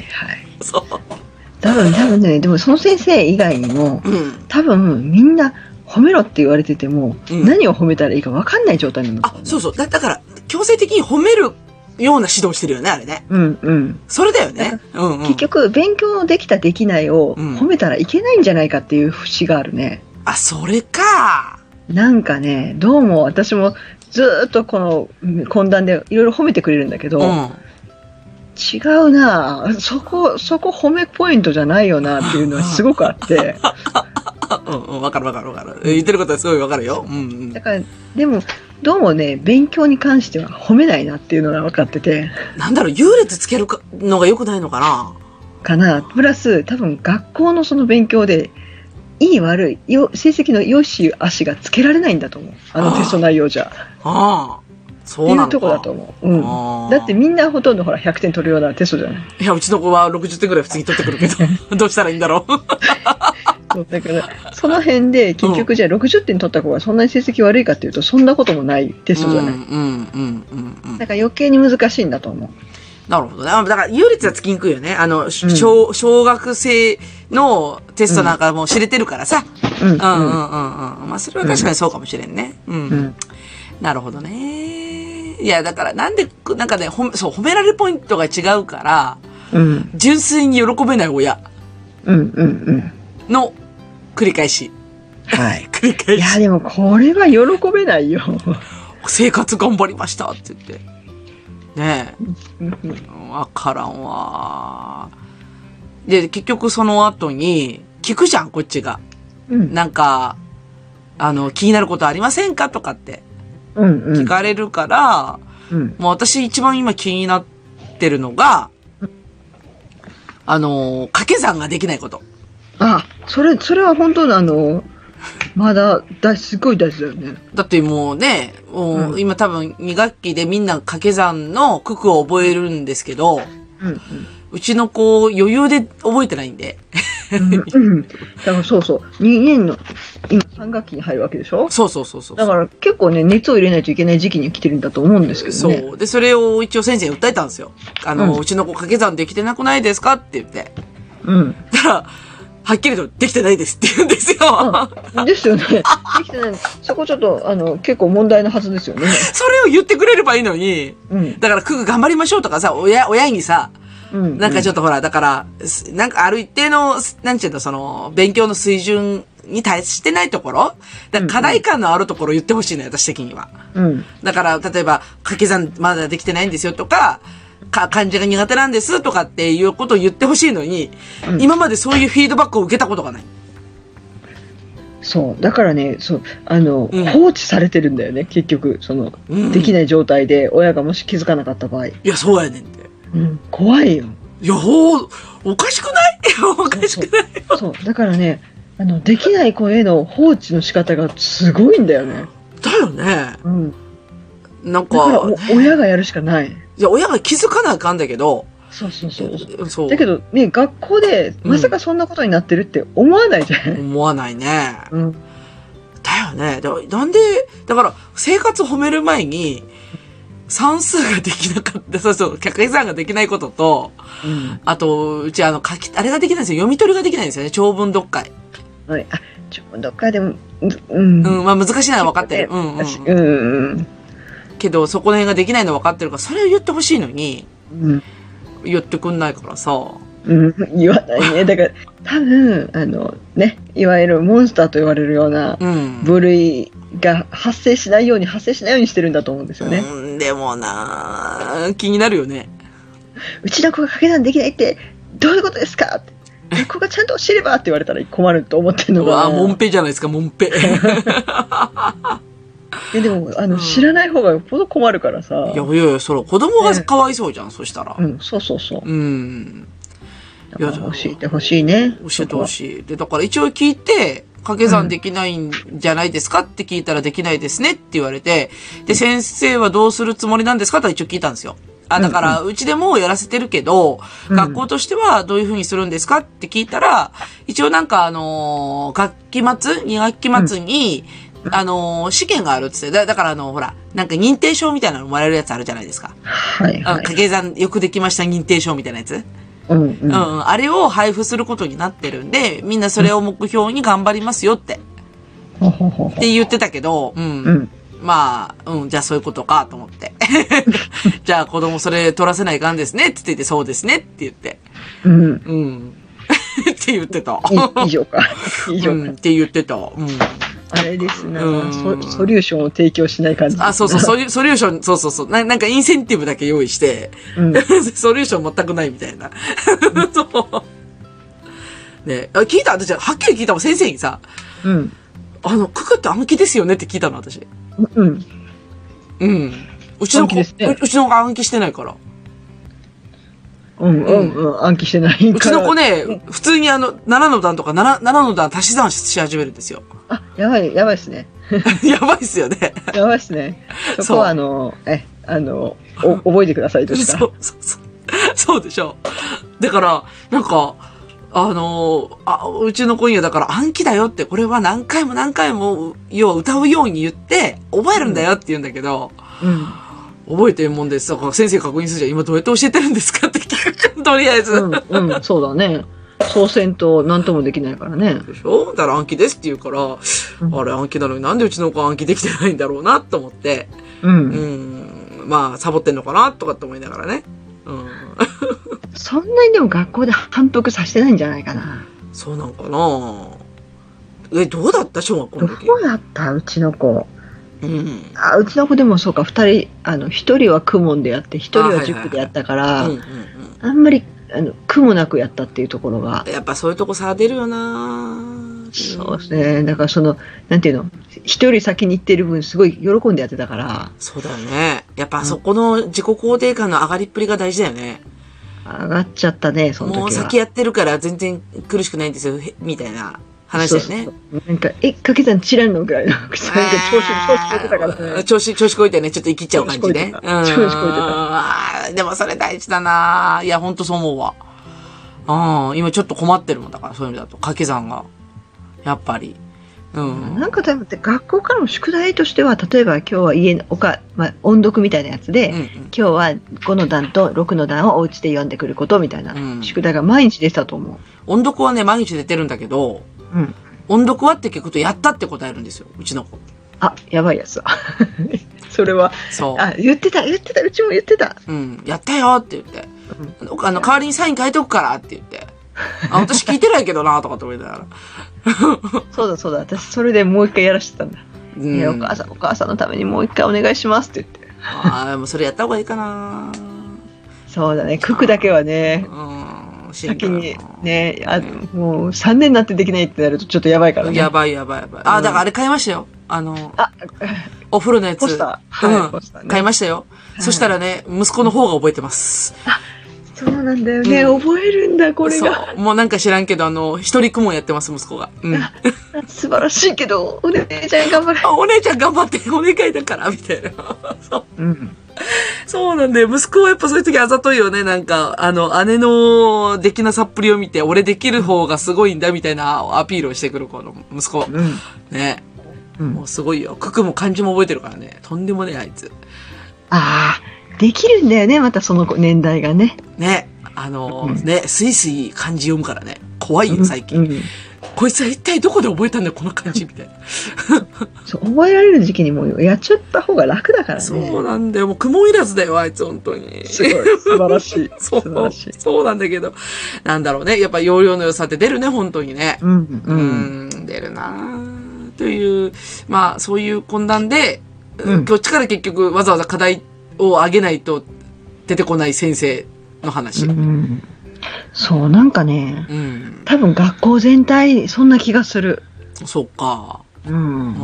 う、そう。多分、多分ね、でもその先生以外にも、うん。多分、みんな褒めろって言われてても、うん何を褒めたらいいかわかんない状態なんだあ、そうそう。だだから、強制的に褒めるような指導してるよね、あれね。うん、うん。それだよね。うん、うん結。局、勉強できたできないをうん褒めたらいけないんじゃないかっていう節があるね。あ、それか。なんかね、どうも私もずーっとこのうん懇談でいろいろ褒めてくれるんだけど、うん。違うなぁそこ、そこ褒めポイントじゃないよなっていうのはすごくあ って、あうん、うん。わかるわかるわかる。言ってることはすごいわかるよ。うん、うんだ。から、でも、どうもね、勉強に関しては褒めないなっていうのが分かってて、なんだろう、優劣つけるかのが良くないのかな。かな。プラス、多分学校のその勉強で、いい悪い、よ成績の良し悪しがつけられないんだと思う。あのテスト内容じゃ。ああ。そうってないのか。うとこだと思う。うん。あーだってみんなほとんどほら100点取るようなテストじゃない。いや、うちの子は60点ぐらい普通に取ってくるけど、どうしたらいいんだろう。そうだから、その辺で結局じゃあ60点取った子がそんなに成績悪いかっていうとそんなこともないテストじゃない。うん、うん、うん、うん。うんだから余計に難しいんだと思う。なるほどね。あだから、優劣はつきにくいよね。あの、し小、小学生のテストなんかもう知れてるからさ。うんうんうんうんうん。まあ、それは確かにそうかもしれんね。うん。うんなるほどね。いや、だから、なんで、なんかね、ほめそう、褒められるポイントが違うから、うん純粋に喜べない親うんうんうんの繰り返し。はい繰りい返やし。でもこれは喜べないよ生活頑張りましたって言って。ねえ。うんわからんわ。で、結局その後に、聞くじゃん、こっちが。うんなんか、あの、気になることありませんかとかってうんう聞んかれるから、うんもう私一番今気になってるのが、あの、掛け算ができないこと。あそれそれは本当のあのまだだすごい大事だよねだってもうね、もううん今多分2学期でみんな掛け算の九九を覚えるんですけど、うんうちの子余裕で覚えてないんで。うんうんだからそうそう2年の今3学期に入るわけでしょそうそうそうそう。だから結構ね熱を入れないといけない時期に来てるんだと思うんですけどねそう。で、それを一応先生に訴えたんですよ。あの、ううんちの子掛け算できてなくないですかって言って。うんだから、はっきりとできてないですって言うんですよ。ですよね。できてない。そこちょっと、あの、結構問題のはずですよね。それを言ってくれればいいのに、うん。だから、クグ頑張りましょうとかさ、親、親にさ、うん。なんかちょっっとほら、だから、すなんかある一定の、すなんちゅうの、その、勉強の水準に達してないところだから課題感のあるところを言ってほしいのよ、私的には。と。うん。だから、例えば、掛け算まだできてないんですよとか、か、漢字が苦手なんですとかっていうことを言ってほしいのに、うん今までそういうフィードバックを受けたことがない。そう。だからね、そう、あの、うん放置されてるんだよね、結局。その、うんできない状態で、親がもし気づかなかった場合。いや、そうやねんって。うん。怖いよ。いや、ほう、おかしくないおかしくないそう。だからね、あの、できない子への放置の仕方がすごいんだよね。だよね。うん。だなんか、から、お親がやるしかない。いや、親が気づかなあかんだけど、そうそうそう。そうだ。けど、ね、学校で、まさかそんなことになってるって思わないじゃない、思わないね。うん、だよね。だなんで、だから、生活褒める前に、算数ができなかった、そうそう、客員さんができないことと、うん。あと、うちあの、書き、あれができないんですよ。読み取りができないんですよね。長文読解。はい、あ、ちょ、どっかでも、うん。うん、まあ難しいのは分かってる。うん、う私ん。うん。けど、そこら辺ができないの分かってるから、それを言ってほしいのに、うん。言ってくんないからさ。うん。言わな いね。だから、多分、あの、ね、いわゆるモンスターと言われるようなうん。部類が発生しないように、発生しないようにしてるんだと思うんですよね。うん、でもなあ気になるよね。うちの子が掛け算できないって、どういうことですかって。学校がちゃんと知ればって言われたら困ると思ってるうのわが。もんぺじゃないですか、もん ぺ。いやでも、あうの、ん知らない方がよっぽど困るからさい。や、いやいや、それ、子供がかわいそうじゃん、そしたらう。ん、そうそうそう。うん。いやだから教えてほしいね。教えてほしい。で、だから一応聞いて、掛け算できないんじゃないですかって聞いたらできないですねって言われて、で、先生はどうするつもりなんですかとは一応聞いたんですよ。あ、だから、うちでもやらせてるけど、うん学校としてはどういうふうにするんですかって聞いたら、一応なんかあのー学期末 ?2 学期末に、あのー試験があるって言って、だだからあの、ほら、なんか認定証みたいなのもらえるやつあるじゃないですか。はいあはい。掛け算よくできました認定証みたいなやつ。うんうん。うんうん、あれを配布することになってるんで、みんなそれを目標に頑張りますよって、ほほほほって言ってたけど、うん。うん。まあ、うん、じゃあそういうことかと思っ て。じゃあ子供それ取らせないかんですねって言って、そうですねって言って。うん。うん。 って言ってた。い以上か。以上 うか。ん、って言ってた。うん。あれですな、うんソ。ソリューションを提供しない感じ。あ、そう そう、ソリュソリューション、そうそうそう。ななんかインセンティブだけ用意して、 うん。ソリューション全くないみたいな。 そう。ねあ聞いた私、はっきり聞いたもん、先生にさ、うん。あの、ククって暗記ですよねって聞いたの、私。うん。うん。うちの子、暗記ですねううちの子暗記してないから。うん。うん。うん。暗記してないから。うちの子。ね、普通にあの、7の段とか7、7の段足し算し始めるんですよ。 あ、やばい、やばいですね。やばいっすよね。やばいですね。 そこは、あの、え、あの、お覚えてくださいとしそか。う、そう、そう。そうでしょ。だから、なんか、あのーあ、うちの子にはだから暗記だよって、これは何回も何回も、要は歌うように言って、覚えるんだよって言うんだけど、うん。覚えてるもんです。だから先生確認するじゃん。今どうやって教えてるんですかって聞くじゃん、とりあえず。うん、うん、そうだね。そうせんと何ともできないからね。でしょだから暗記ですって言うから、んあれ暗記なのになんでうちの子は暗記できてないんだろうなと思って、う。うんん、まあサボってんのかなとかって思いながらね。うん。 そんなにでも学校で反復させてないんじゃないかな。そうなんかなえ、どうだった小学校どの時。うだったうちの子。うん。あ、うちの子でもそうか、二人、あの、一人は公文でやって、一人あはいははい塾でやったかうらんうん、うん。あんまり、あの、苦もなくやったっていうところが、やっぱそういうとこ差出るよなそうですね。だからその、なんていうの、一人先に行ってる分、すごい喜んでやってたから、そうだよね。やっぱあそこの自己肯定感の上がりっぷりが大事だよね。上がっちゃったね、その時は。もう先やってるから全然苦しくないんですよ、へみたいな話だよねそう。そうなんか、え、かけ算知らんのぐら いの、なんか調子、調子出てたからね。調子、調子こいてね、ちょっと生きちゃう感じね。調子こいてうたん調子こいてたあーでもそれ大事だないや、ほんとそう思うわ。うん、今ちょっと困ってるもんだから、そういう意味だと。掛け算が。やっぱり。うん。なんか多分って学校からの宿題としては例えば今日は家のおか、まあ、音読みたいなやつで、うんう今ん。日は5の段と6の段をお家で読んでくることみたいなうん宿題が毎日出てたと思音読はね、毎日出てるんだけど、う、うん、音読はって聞くとやったって答えるんですよ、うちの子。あやばいやつだ それはそう。あ言ってた言ってたうちも言ってたうん、やったよって言って。あの、代わりにサイン書いとくからって言って。あ、私聞いてないけどなとかって思いながら。そうだそうだ私それでもう一回やらしてたんだ、うねお母さんお母さんのためにもう一回お願いしますって言ってああ、でもそれやった方がいいかなそうだね九九だけはねうん、しんど先いなにねあもう3年になってできないってなるとちょっとやばいからねやばいやばいやばい。あ、だからあれ買いましたよ。あの、あお風呂のやつ。ポスターうんはいポスターね買いましたよ。そしたらね、息子の方が覚えてます。そうなんだよね、う覚えるんだこれがそう。もうなんか知らんけど、あの、一人雲やってます、息子が。 うん。あ素晴らしいけど、お姉ちゃん頑張れ。お姉ちゃん頑張って、お願いだから、みたいな。うん。そうなんで、息子はやっぱそういう時あざといよね。なんか、あの、姉のできなさっぷりを見て、俺できる方がすごいんだ、みたいなアピールをしてくる子の息子。うん。ね。うんもうすごいよ。九九も漢字も覚えてるからね。とんでもねえ、あいつ。ああ、できるんだよね、またその年代がね。ね。あのうんね、スイスイ漢字読むからね。怖いよ、最近。うん。こいつは一体どこで覚えたんだよ、この漢字、みたいな。そう、覚えられる時期にもうやっちゃった方が楽だからね。そうなんだよ。もう雲いらずだよ、あいつ、本当に。すごい。 素晴らしい。そ素晴う、らしい。そうなんだけど。なんだろうね。やっぱ容量の良さって出るね、本当にね。うん。ううん。ん、出るなあという、まあ、そういう混乱で、うんこっちから結局わざわざ課題をあげないと出てこない先生の話。ううん。ん。そう、なんかね、多分学校全体、そんな気がする。そうか。うんう。ん。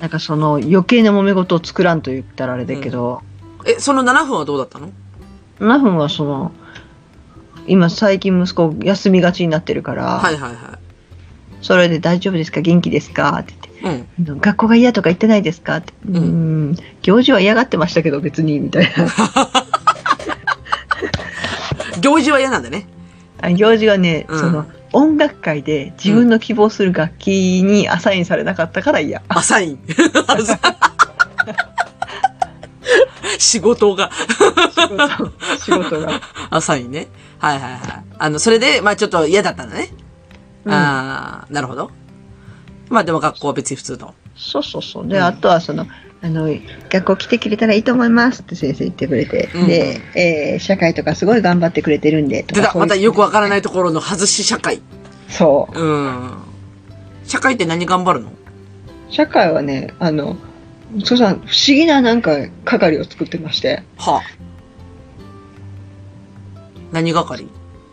なんかその余計な揉め事を作らんと言ったらあれだけど、え、その7分はどうだったのナフンはその、今最近息子休みがちになってるから、はいはいはそれで大丈夫ですか元気ですかってい。うん。言って。学校が嫌とか言ってないですかって。ううんーん。行事は嫌がってましたけど別に、みたい な。行事は嫌なんだね。あ行事はね、うんその、音楽会で自分の希望する楽器にアサインされなかったか ら嫌。アサイン。アサイン仕事が。仕事、仕事が。アサインね。はいはいはい。あの、それで、まあちょっと嫌だったんだね。うんああ、なるほど。まあでも学校は別に普通と。そうそうそう。で、あとはその、あの、学校来てくれたらいいと思いますって先生言ってくれて。うんで、えー社会とかすごい頑張ってくれてるんで、と出かたそういうまたよくわからないところの外し社会。そう。うん。社会って何頑張るの社会はね、あの、そうさん、不思議ななんか係を作ってまして。はあ。何係は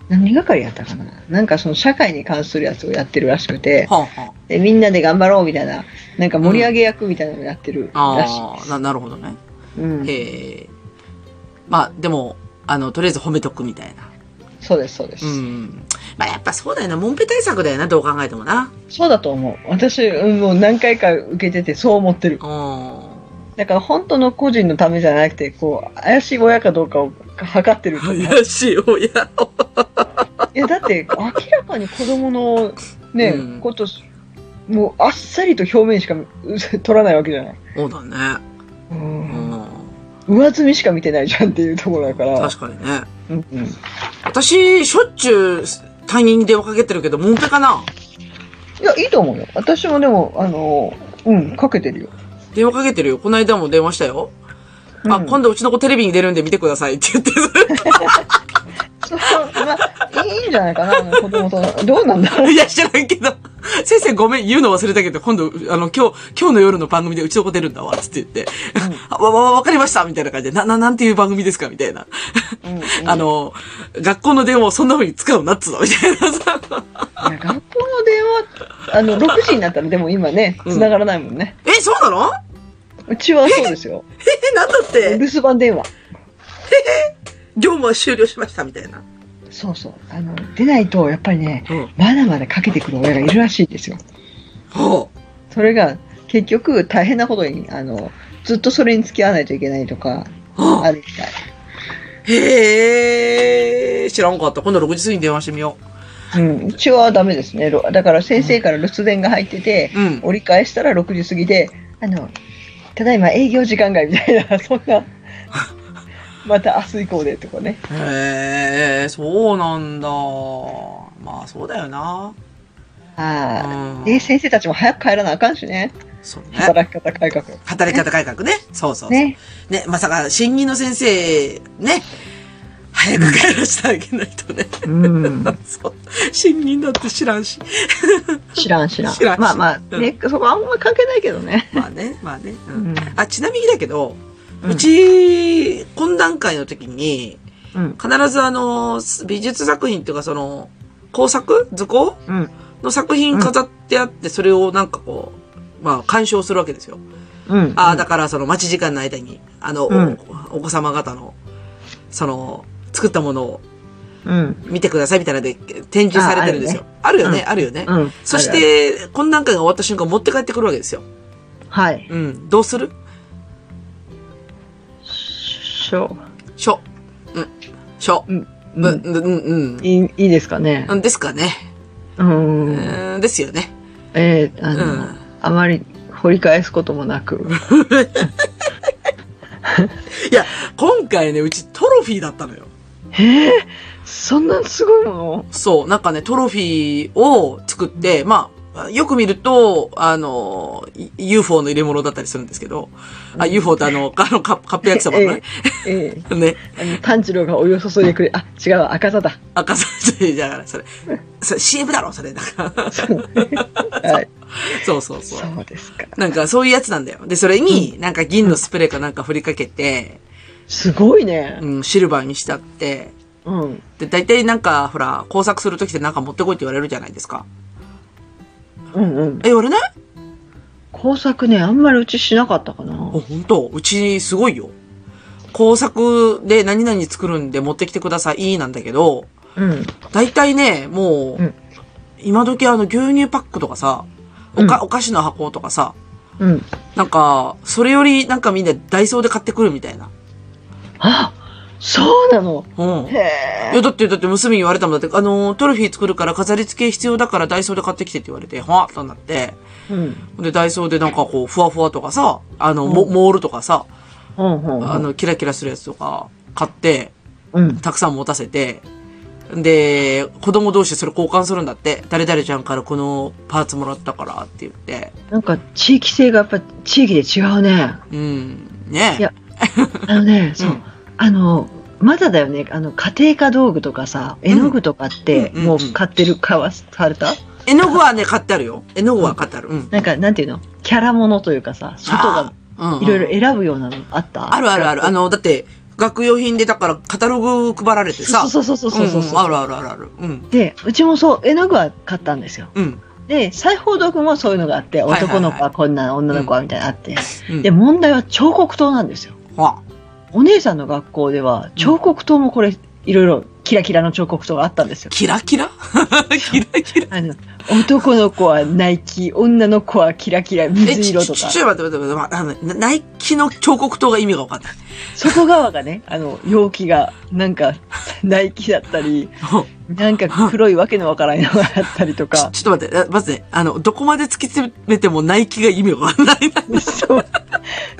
何係やったかななんかその社会に関するやつをやってるらしくて、あはでみんなで頑張ろうみたいな、なんか盛り上げ役みたいなのをやってるあ。らしい。ああ、な、なるほどね。うん、へえ。まあでも、あの、とりあえず褒めとくみたいな。そうです、そうです、うん。まあやっぱそうだよな。もんぺ対策だよな。どう考えてもな。そうだと思う。私、うんもう何回か受けててそう思ってる。うん。だから本当の個人のためじゃなくて、こう、怪しい親かどうかを測ってると思う。い怪しい親を。や、だって明らかに子供のね、うんこと、もうあっさりと表面しかう取らないわけじゃない。そうだね。ううんん。上積みしか見てないじゃんっていうところだから。確かにね。うんうん。私、しょっちゅう、他人に電話かけてるけど、モンペかないや、いいと思うよ。私もでも、あの、うん、かけてるよ。電話かけてるよ。この間も電話したよ。あ、うん今度うちの子テレビに出るんで見てくださいって言って、そうまあ、いいんじゃないかな、あの子供と。どうなんだろ う。いや、知らんけど。先生ごめん、言うの忘れたけど、今度、あの、今日、今日の夜の番組でうちの子出るんだわ、つって言って。あ わ、わ、わかりましたみたいな感じで、な、な、なんていう番組ですかみたいな。うんうんあの、学校の電話をそんな風に使うなっつうのみたいなさ。いや学校の電話、あの、6時になったらでも今ね、うん繋がらないもんね。 え、そうなのうちはそうですよ。え、なんだっ留て、守番電話。業務は終了しました、みたいな。そうそう。あの、出ないと、やっぱりね、うん。まだまだかけてくる親がいるらしいですよ。ほう。それが、結局、大変なことに、あの、ずっとそれに付き合わないといけないとか、ああるみたい。へえ、知らんかった。今度6時過ぎに電話してみようん、うちはダメですね。ろだから先生から留守電が入ってて、う。うん。折り返したら6時過ぎで、あの、ただいま営業時間外みたいな、 そんな、また明日以降でとかね。へえ、そうなんだ。まあ、そうだよな。あうんあ。で、先生たちも早く帰らなあかんしね。そうね。働き方改革。働き方改革ね。そうそうそう。ねね。まさか、新任の先生、ね。早く帰らせてあげないとね。 うん。そう。新任だって知らんし。知らん知らん。知らんまあまあ、ね、そこあんま関係ないけどね。まあね、まあね。ううんん。あ、ちなみにだけど、うんうち、懇談会の時に、うん。必ずあの、美術作品っていうかその、工作図工うん。の作品飾ってあって、それをなんかこう、まあ、鑑賞するわけですよ。うん。ああ、だからその待ち時間の間に、あの、うんおお子様方の、その、作ったものをうん。見てくださいみたいなので展示されてるんですよ。あるよね、うあるよね。うん。そし、て、懇談会が終わった瞬間持って帰ってくるわけですよ。はい。うん。どうするしょしょ。うん。しょ。う。うん、うん、うんいい、いいですかねう。ん。ですかね。う。うんーん、ですよね。ええあうの、ん。あまり掘り返すこともなく。いや、今回ね、うちトロフィーだったのよ。ええそんなすごいものそう、なんかね、トロフィーを作って、まあ、よく見ると、あの、い UFO の入れ物だったりするんですけど、あ、うん UFO ってあ の、あのカカップ焼きそばのね、ええね、あの炭治郎がお湯を注いでくれ、あ、違う、赤座 だ。赤さんじゃない、それ。それ CM だろ、それ。だから、そうはい、そうそうそう。そうですか。なんか、そういうやつなんだよ。で、それに、なんか銀のスプレーかなんか振りかけて、すごいね。うん、シルバーにしたって、うん。で、大体なんか、ほら、工作するときってなんか持ってこいって言われるじゃないですか。うんうん。え、言われない工作ね、あんまりうちしなかったかなあ、。本当うちすごいよ。工作で何々作るんで持ってきてくださいなんだけど、うん。大体ね、もう、うん今時あの牛乳パックとかさ、おか、うお菓子の箱とかさ、うん。なんか、それよりなんかみんなダイソーで買ってくるみたいな。あ、そうなの。うん。へいえや、。だって、だって娘に言われたもんだって、あの、トロフィー作るから飾り付け必要だからダイソーで買ってきてって言われて、はぁとなって。うん。で、ダイソーでなんかこう、ふわふわとかさ、あの、うんモモールとかさ、うんうんうん。あの、キラキラするやつとか買って、うん。たくさん持たせて、で、子供同士でそれ交換するんだって、誰々ちゃんからこのパーツもらったからって言って、なんか地域性がやっぱ地域で違うね。うん、ねいやあの ね、そう。うんあの、まだだよね。あの、家庭科道具とかさ、絵の具とかって、うんもうんうんう買ってる、買わ、買われた絵の具はね、買ってあるよ。絵の具は買ってある。うん。なんか、なんていうのキャラものというかさ、外があー、うん、いろいろ選ぶようなのあったあるあるある。あの、だって、学用品でだからカタログ配られてさ。そうそうそうそうそうそう。んんあるあるあるある。うん。で、うちもそう、絵の具は買ったんですよ。うん。で、裁縫道具もそういうのがあって、はいはい男の子はこんな、女の子はみたいなのあって。うん、で、問題は彫刻刀なんですよ。はお姉さんの学校では、彫刻刀もこれ、いろいろキラキラの彫刻刀があったんですよ。キラキラキラキラ。あの、男の子はナイキ、女の子はキラキラ、 え、水ち、色ち、とちかょ、。ちょ、待って待って待って、あの、なナイキの彫刻刀が意味が分かんない。外側がね、あの、容器が、なんか、ナイキだったり、なんか黒いわけのわからないのがあったりと か。ちょっと 待って、えまずね、あの、どこまで突き詰めてもナイキが意味が分かんない。そう。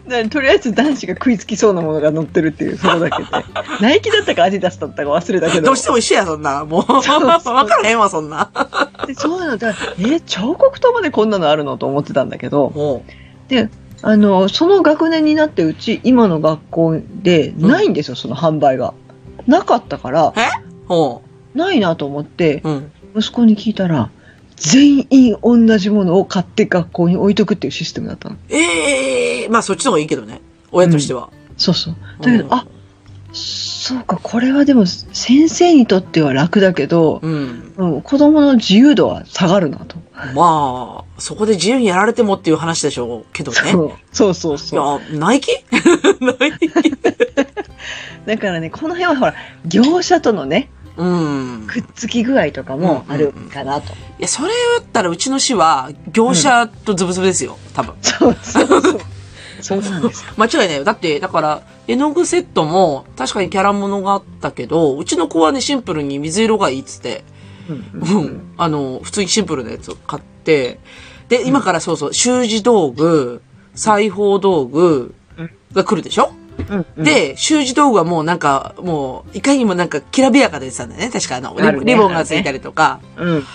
だとりあえず男子が食いつきそうなものが乗ってるっていう、それだけで。ナイキだったかアディダスだったか忘れたけど。どうしても一緒や、そんな。もう、 そうそうわからへんわ、そんな。でそうなのだから。え、彫刻刀までこんなのあるのと思ってたんだけど、もあの、その学年になってうち、今の学校でないんですよ、その販売が。なかったから、う、もないなと思って、う、うん。息子に聞いたら、全員同じものを買って学校に置いとくっていうシステムだったの。ええまあそっちの方がいいけどね。親としては。そうそう。だけど、うんあ、そうか、これはでも先生にとっては楽だけど、うん。うん子供の自由度は下がるなと。まあ、そこで自由にやられてもっていう話でしょうけどね。そうそうそういそう。や、ナイキナイキだからね、この辺はほら、業者とのね、うん。くっつき具合とかもあるかなと。いや、それ言ったらうちの市は、業者とズブズブですよ。多分。そうそうそう。 そうなんですよ。間違いないよ。だって、だから、絵の具セットも、確かにキャラものがあったけど、うちの子はね、シンプルに水色がいいっつって、ううんん。あの、普通にシンプルなやつを買って、で、今からそうそう、習字道具、裁縫道具が来るでしょ、うん、で、習字道具はもうなんか、もう、いかにもなんか、きらびやかでしたんだよね。確かあの、あるねリボンがついたりとか、うん、うん。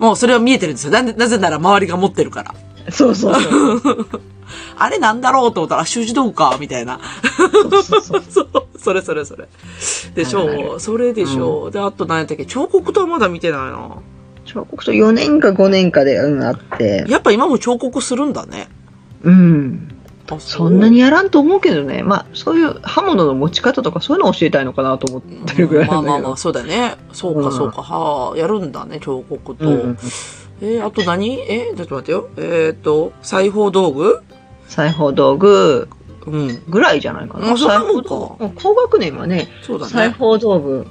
もうそれは見えてるんですよ。なんで、なぜなら周りが持ってるから。そうそうそう。あれなんだろうと思ったら、あ習字道具か、みたいな。そうそうそう そう、それそれそれ。でしょう、あるそれでしょう、で、あと何やったっけ彫刻刀はまだ見てないな。彫刻と4年か5年かで、うん、あって。やっぱ今も彫刻するんだね。うん。あそんなにやらんと思うけどね。まあ、そういう刃物の持ち方とかそういうのを教えたいのかなと思ってるぐらいまなあんまだあけまどあ、。そうだね。そううか、んそうか。はあ、やるんだね、彫刻と。うんえーあと何えーちょっと待ってよ。えーっ、と、裁縫道具裁縫道具うん。ぐらいじゃないかな。あそうな裁の縫道具。高学年はね、そうだ裁ね。縫道具。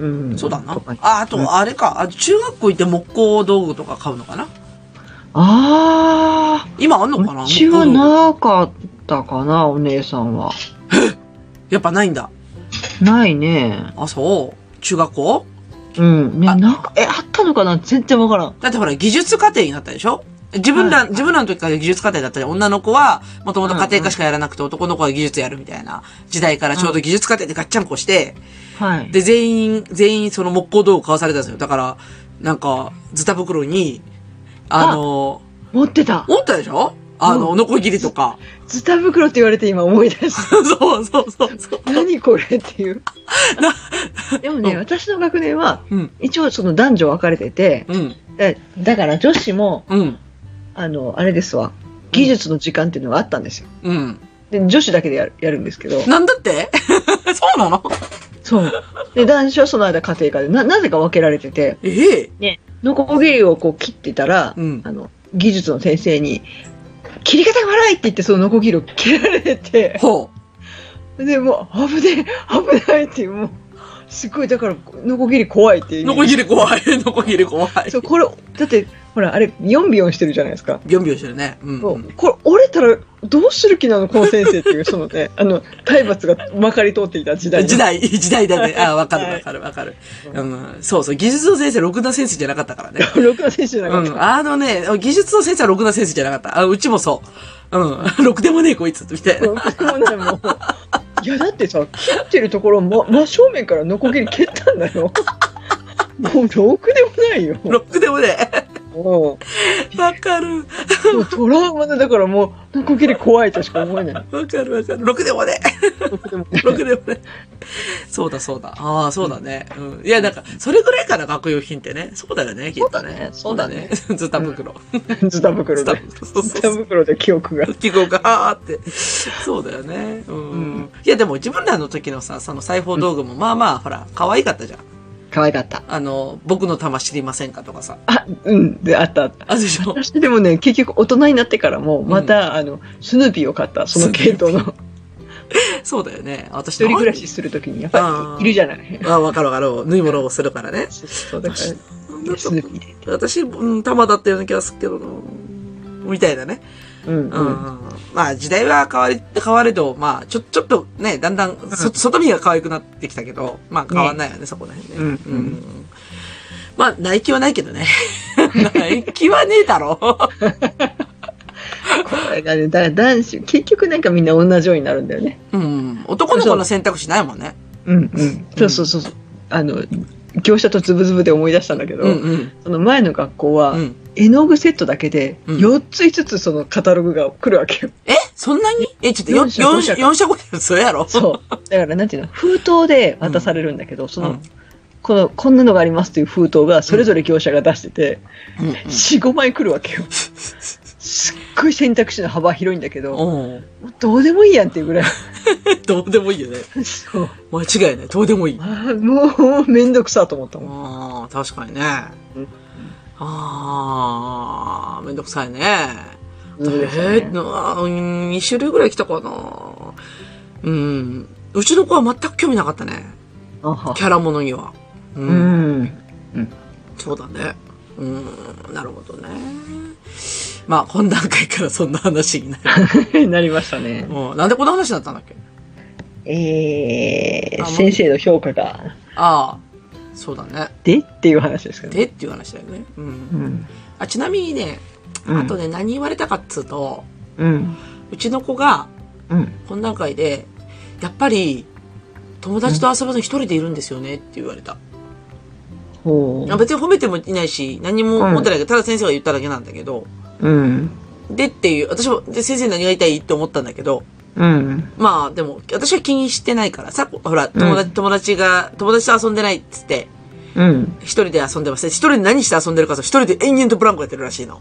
うん。うん。そうだなとか。ああ、あと、あれか。あ中学校行って木工道具とか買うのかなあ今あんのかなー。うちは木工道具なかったかな、お姉さんは。やっぱないんだ。ないね。あ、そう。中学校うん。ね、あなんか、え、あったのかな全然わからん。だってほら、技術課程になったでしょ自分ら、は自分らの時から技術課程だったり、女の子は、もともと家庭科しかやらなくて、男の子は技術やるみたいな時代からちょうど技術課程でガッチャンコして、はい。で、全員、全員その木工道具買わされたんですよ。だから、なんか、ズタ袋に、あの、持ってた。持ったでしょあの、うノコギリと か。ズタ袋って言われて今思い出した。そうそうそうそう。何これっ ていう。でもね、うん私の学年は、うん、一応その男女分かれてて、うん、だだから女子も、うん、あの、あれですわ、技術の時間っていうのがあったんですよ。うん。で、女子だけでやるやるんですけど、なんだって そうなのそう。で、男子はその間家庭科で、な、なぜか分けられてて、ええノコギリをこう切ってたら、うんあの、技術の先生に、切り方が悪いって言ってそのノコギリを切られて、ほう。で、もう、危ねえ、危ないって、もう、すごい、だから、ノコギリ怖いっていう。ノコギリ 怖い。ノコギリ怖い。そう、これ、だって、ほら、あれ、ビヨンビヨンしてるじゃないですか。ビョンビョンしてるね。うん。そううんこれ、折れたら、どうする気なの、この先生っていう、その ね、あの、体罰がまかり通っていた時代の。時代、時代だね。あーわかるはいわかるわかる。うん。そうそう。技術の先生、ろくな先生じゃなかったからね。 六の選手じゃなうかった。ん。あのね、技術の先生はろくな先生じゃなかった。あうちもそう。うん。 ろくでもねえこいつ、みたいな。僕もね、もう。いや、だってさ、切ってるところ、ま、真正面からノコギリ蹴ったんだよ。もう、ろくでもないよ。ろくでもねもえ。 わかる。う、もうトラウマで、だからもう、ノコギリ怖いとしか思え ない。わかるわかる。ろくでもね ろくでもえ。ろくでもねえ。 そうだそうだ。ああ、そうだね。うん。いや、なんか、それぐらいかな、学用品ってね。そうだよね、きっとね。 そうだね。ズタ袋。ズタ袋ズタで。袋。そうそうズそタう。 袋で記憶が。記号が、あーって。そうだよね。うん。うんいや、でも自分らの時のさ、その裁縫道具も、まあまあ、ほら、可愛かったじゃん。可愛かった。あの、僕の玉知りませんかとかさ。あ、うん、で、あったあった。あ、でしょ。私でもね、結局大人になってからも、また、あの、スヌーピーを買った、その系統の。そうだよね。私、一人暮らしするときに、やっあぱーりいるじゃない。あ、わかるわかる。縫い物をするからね。そう、だから、スヌーピーで。私、うん、玉だったような気がするけどな。みたいなね。うん、うん。うん。まあ、時代は変わり、変われど、まあ、ちょ、ちょっとね、だんだん、そ、外見が可愛くなってきたけど、まあ、変わんないよね、そこら辺ね。うんうん。ま あ、ナイキはないけどね。ナイキはねえだろ。これがね、だ男子、結局なんかみんな同じようになるんだよね。うん。男の子の選択肢ないもんね。うんうん。そうそうそうそう。あの、業者とズブズブで思い出したんだけど、うんうん。その前の学校は、うん。絵の具セットだけで、うん4つ5つそのカタログが来るわけよ。えそんなにえ、ちょっとよ四社五四社社か4社5社、それやろそう。だからなんていうの、封筒で渡されるんだけど、その、うんこの、こんなのがありますという封筒がそれぞれ業者が出してて、うんうん。 4、5枚来るわけ よ。すっごい選択肢の幅広いんだけど、もおううどうでもいいやんっていうぐ らどうでもいいよね。い。そう。間違いない。どうでもいい。ああーもう、もうめんどくさと思ったもん。あ、確かにね。うんああ、めんどくさいね。えそうですよねーなうん、2種類ぐらい来たかな。うん。うちの子は全く興味なかったね。あはキャラものには。う。うんん。そうだね。うん、なるほどね。まあ、本段階からそんな話にな る。なりましたね。うんなんでこの話だったんだっけえあー、もう先生の評価が、ああ、そうだね。でっていう話ですけど。でっていう話だよね。うん。ん。あちなみにね、うんあとね、何言われたかっつうと、うん。うちの子が、うん。この段階で、やっぱり、友達と遊ぶの一人でいるんですよねって言われた。ほあ別に褒めてもいないし、何も思ってないけど、ただ先生が言っただけなんだけど、う。うん。でっていう、私も、で、先生何が言いたいって思ったんだけど、うん。まあでも、私は気にしてないからさ、ほら、友達、友達が、友達と遊んでないっつって、うん。一人で遊んでます。一人で何して遊んでるかさ、一人で延々とブランコやってるらしいの。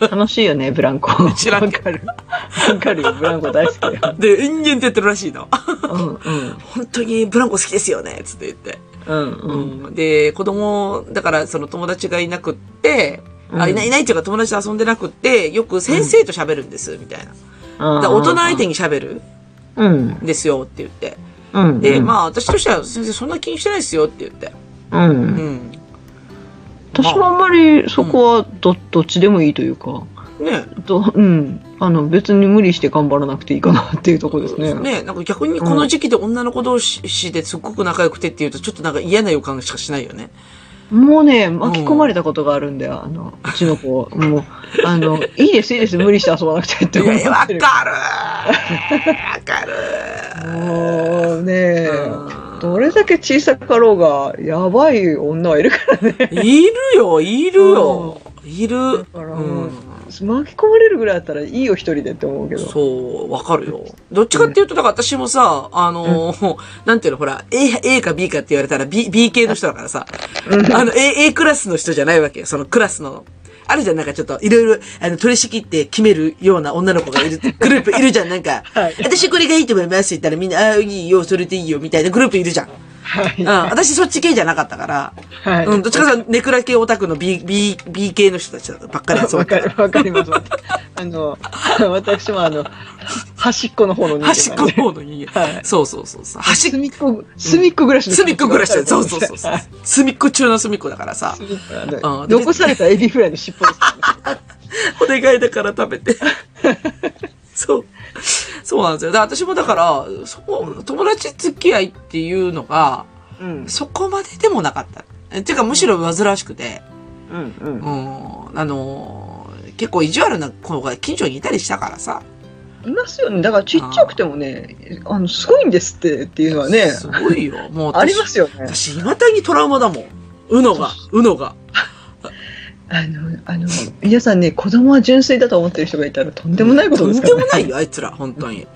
楽しいよね、ブランコ。知らんわかる。わかるよ、ブランコ大好きだよ。で、延々とやってるらしいの。 あうんうん。本当にブランコ好きですよね、つって言って。うんううん。ん。で、子供、だからその友達がいなくって、うあ、んいない、いないっていうか友達と遊んでなくって、よく先生と喋るんです、みたいな。だから大人相手に喋るうん。んですよって言って。うん。で、あ。まあ私としては先生そんな気にしてないですよって言って。う。うんん。私もあんまりそこはど、どっちでもいいというか、ねと、うん。あの、別に無理して頑張らなくていいかなっていうところですね。なんか逆にこの時期で女の子同士ですっごく仲良くてっていうと、ちょっとなんか嫌な予感しかしないよね。もうね、巻き込まれたことがあるんだよ、あの、うちの子。もう、あの、いいです、いいです、無理して遊ばなくてってい思っや、わかてるる。 わかるもうね、うんどれだけ小さかろうが、やばい女はいるからね。いるよ、いるよ。いる。うかん。ら巻き込まれるぐらいだったらいいよ、一人でって思うけど。そう、わかるよ。どっちかっていうと、だから私もさ、あのー、なんていうの、ほら、A、A か B かって言われたら B、B 系の人だからさ、あの、A、A クラスの人じゃないわけよ。そのクラスの。あるじゃん、なんかちょっと、いろいろ、あの、取り仕切って決めるような女の子がい る、グループいるじゃん、なんか。はい私これがいいと思いますって言ったらみんな、ああ、いいよ、それでいいよ、みたいなグループいるじゃん。はい。うん、私そっち系じゃなかったから。はい。うん、どっちかというとネクラ系オタクの B、B、B 系の人たちだったばっかり集まわってかた。る、わかります。あの、私もあの、端っこの方の人間端っこなんので方の人間。はいそうそうそうそう。端っこ隅っこ、隅っこ暮らしの人隅っこ暮らしてる。 そうそうそうそうはい。隅っこ中の隅っこだからさ。隅っこあうのん残されたエビフライの尻尾ですからね。お願いだから食べ て。そう。そうなんですよ。だから私もだから、そこ、友達付き合いっていうのが、うんそこまででもなかった。えっていうか、むしろ煩わしくて、うんう。ん、あのー、結構意地悪な子が近所にいたりしたからさ。いますよね。だからちっちゃくてもね、あの、すごいんですってっていうのはね、すごいよ。もう私ありますよね。私、未だにトラウマだもん。うのが、うのが。あの、あの、皆さんね、子供は純粋だと思ってる人がいたらとんでもないこととですんかでらもね。ないよ、あいつら、本当に。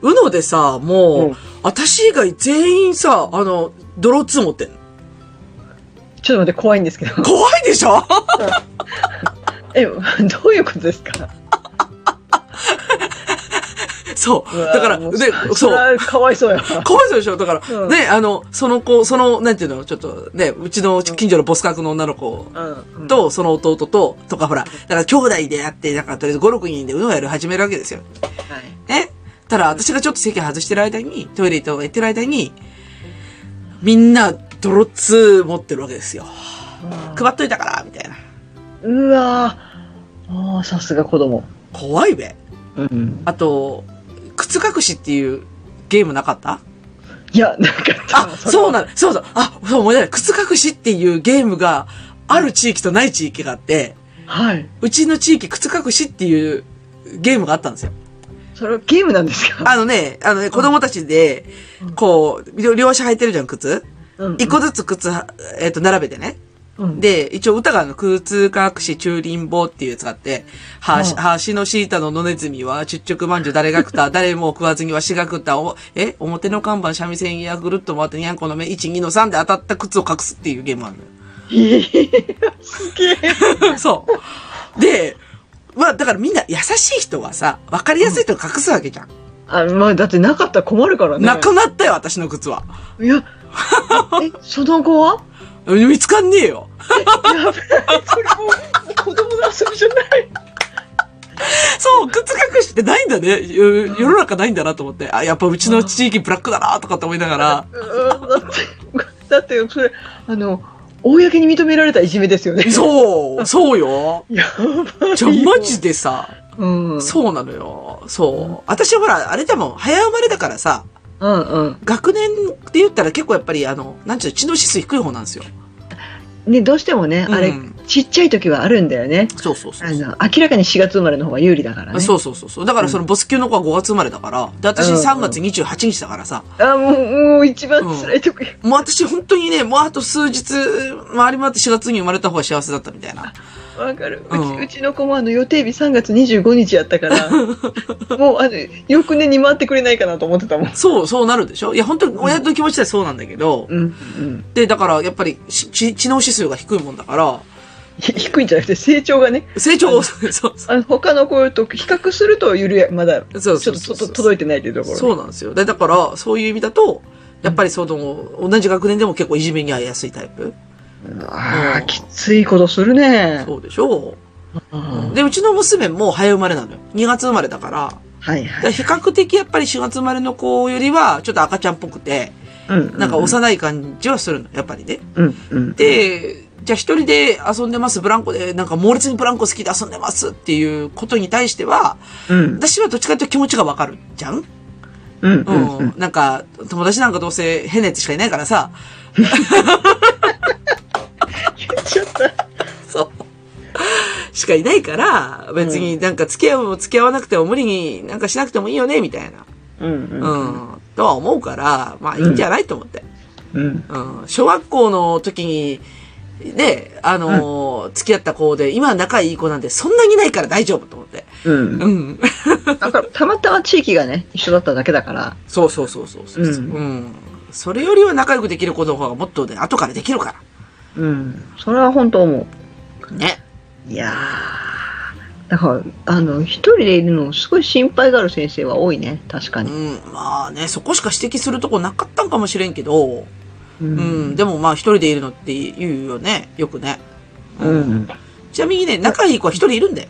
うのでさ、もう、うん私以外全員さ、あの、泥2持ってんの。ちょっと待って、怖いんですけど。怖いでしょ え、どういうことですかそう。だから、うわでも、それう。はかわいそうや わ。かわいそうでしょだから、うんね、あの、その子、その、なんていうの、ちょっとね、うちの近所のボス格の女の子うん、と、その弟と、とかほら、だから兄弟でやって、だからとりあえず5、6人でうのやる始めるわけですよ。はい、ね。ただ、私がちょっと席外してる間に、トイレとか行ってる間に、みんな、泥2持ってるわけですよ。配っといたから、みたいな。うわぁ、ああ、さすが子供。怖いべ。うん、あと、靴隠しっていうゲームなかったいや、なかった。あ、そうななの。そうそう。あ、そう思い出した。靴隠しっていうゲームがある地域とない地域があって、はい。うちの地域靴隠しっていうゲームがあったんですよ。それはゲームなんですかあのね、あのね、子供たちでうん、こう、両両足履いてるじゃん、靴。うん一個ずつ靴は、えっ、と、並べてね。うん、で、一応歌があの、空通科学士中林棒っていうやつがあって、はし、うんはしのシータの野ネズミは、ちっちょくまんじゅう誰が食 った、誰も食わずにわしが食った、おもえ表の看板、三味線やぐるっと回ってにゃんこの目、1、2の3で当たった靴を隠すっていうゲームあるのよ。えー、すげえ。 そう。で、まあ、だからみんな優しい人はさ、わかりやすい人を隠すわけじゃん。あ、まあ、だってなかったら困るからね。なくなったよ、私の靴は。いや、え、その後は見つかんねえよ。やばい、それもう、もう子供の遊びじゃない。そう、靴隠しってないんだね。よ世の中ないんだなと思って。あ、やっぱうちの地域ブラックだなとかって思いながら。うんだって、だって、それ、あの、公に認められたいじめですよね。そう、そう よ。やばいよ。じゃあ、マジでさ、うん。そうなのよ。うんそう。私はほら、あれだもん、早生まれだからさ、うんうん。学年で言ったら結構やっぱり、あの、なんちゅうの、知能指数低い方なんですよ。ね、どうしてもね、あれ、うんちっちゃい時はあるんだよね。そうそうそうあ。の、明らかに4月生まれの方が有利だからね。そうそうそうそう。だからそのボス級の子は5月生まれだから、で、私うんうん3月28日だからさ、あ、もう、もう一番辛いとこ、もう私本当にね、もうあと数日、回り回って4月に生まれた方が幸せだったみたいな。わかる。うち、うんうちの子もあの予定日3月25日やっ たから、もうあの、翌年に回ってくれないかなと思ってたもん。そう、そうなるでしょいや、本当に親の気持ちでそうなんだけど、うん、うん。で、だからやっぱりし知知能指数が低いもんだから、ひ低いんじゃなくて成長がね、成長が遅い。 そうあの他の子と比較すると緩や、まだ、ちそうょっとと届いてないっていうところ。そうなんですよ。で、だから、そういう意味だと、やっぱりその、同じ学年でも結構いじめに遭いやすいタイプ。ああ、きついことするね。そうでしょうんで、うちの娘も早生まれなのよ。2月生まれだから、はいだはかい。ら比較的やっぱり4月生まれの子よりは、ちょっと赤ちゃんっぽくて、うんなんか、幼い感じはするの、やっぱりね。うんうん。で、じゃあ一人で遊んでます、ブランコで、なんか猛烈にブランコ好きで遊んでますっていうことに対しては、うん私はどっちかというと気持ちがわかるじゃんうんううんん、うん。なんか、友達なんかどうせ変なやつしかいないからさ、ちょっと、そう。しかいないから、別になんか付き合うも付き合わなくても無理になんかしなくてもいいよね、みたいな。うんううんん。とは思うから、まあいいんじゃないと思って。うん。うん。小学校の時に、で、あのー付き合った子で、今仲いい子なんでそんなにいないから大丈夫と思って。うん。うだん。から、たまたま地域がね、一緒だっただけだから。そうそうそうそうそう、ううんん。それよりは仲良くできる子の方がもっとね、後からできるかうん。それは本当思ら。ね。う。いやー。だから、あの、一人でいるの、すごい心配がある先生は多いね。確かうに。ん。まあね、そこしか指摘するとこなかったんかもしれんけど、ううん。ん。でもまあ一人でいるのって言うよね。よくね。うん。ちなみにね、仲いい子は一人いるんだよ。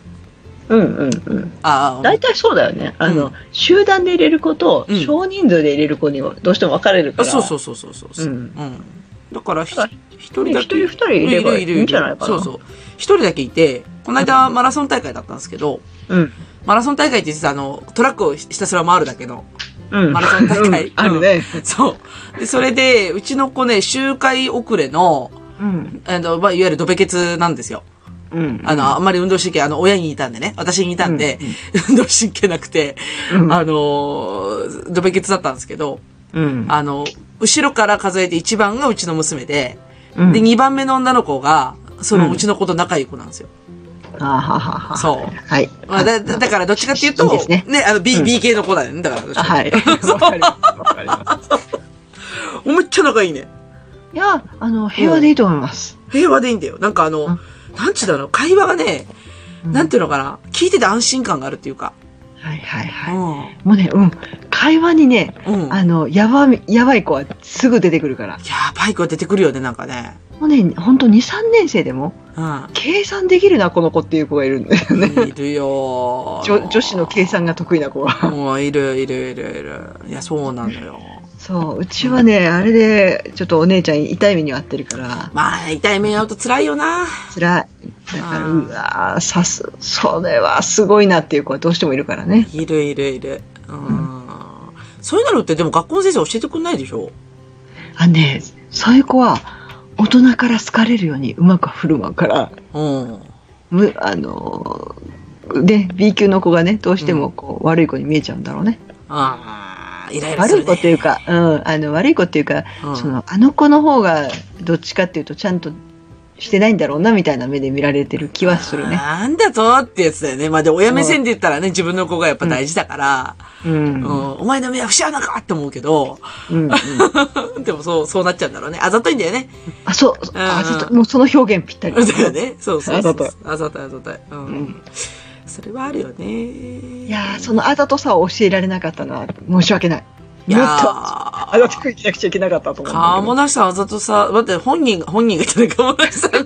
うんうんうん。ああ、大体そうだよね。あの、うん集団で入れる子とうん、少人数で入れる子にはどうしても分かれるかあら。。そうそううそうそうそう。うんだからひだから、一人だけ。一人二人いればいいんじゃないかなそうそう。一人だけいて、この間マラソン大会だったんですけど、うん。マラソン大会って実はあの、トラックをひたすら回るだけの。 うん。マラソン大会うんあるね。そう。で、それで、うちの子ね、周回遅れの、うん。あの、まあ、いわゆるドペケツなんですよ。うん。あの、あんまり運動神経、あの、親にいたんでね、私にいたんで、運動神経なくて、うんあのー、ドペケツだったんですけど、うん。あの、後ろから数えて1番がうちの娘で、うんで、2番目の女の子が、そのうんうちの子と仲いい子なんですよ。あははは。そうはい。まあ、だ、だだからどっちかっていういいと、ですねあの B、うん B 系の子だよね。だからどっちか、 はい。わかります。わかります。おめっちゃ仲いいね。いや、あの、平和でいいと思います。平和でいいんだよ。なんかあの、うんなんちゅうだろう、会話がね、うんなんていうのかな、聞いてて安心感があるっていうか。はいはいはい。うもうね、うん。会話にね、ん。うん。あの、やばみ、やばい子はすぐ出てくるから。やばい子出てくるよね、なんかね。もうね、ほんと2、3年生でも、う計算できるな、この子っていう子がいるんだよね。ん。 いるよ。女女子の計算が得意な子は。もういる、いる、いる、いる。いや、そうなのよ。そう、うちはね、あれで、ちょっとお姉ちゃん痛い目に遭ってるから、まあ、痛い目に遭うと辛いよな。辛い。だから、あーうわーさす、それはすごいなっていう子はどうしてもいるからね。いる、いる、いる。うん。そういうのってでも学校の先生教えてくんないでしょあね、そういう子は、大人から好かれるようにうまく振る舞うから、うん。むあので B 級の子がねどうしてもこう、悪い子に見えちゃうんだろうねああ、イライラする、悪ね。い子っていうか、うん、あの悪い子っていうか、うんそのあの子の方がどっちかっていうとちゃんとしてないんだろうなみたいな目で見られてる気はするね。なんだとってやつだよね。まあ、で、親目線で言ったらね、自分の子がやっぱ大事だから、うんうん、お前の目は不幸なのかって思うけど、 うんうん、でもそう、そうなっちゃうんだろうね。あざといんだよね。あそうあちょっともうその表現ぴったりだよね。そうそうそう。あざといあざとい、あざとい。う。うんんそれはあるよね。いいやーそのあざとさを教えられなかったのは申し訳ないもっとあざとく生きなくちゃいけなかったと思うんだけ鴨ど梨さん、あざとさ、待って、本人が、本人が言ってない、鴨梨さんが。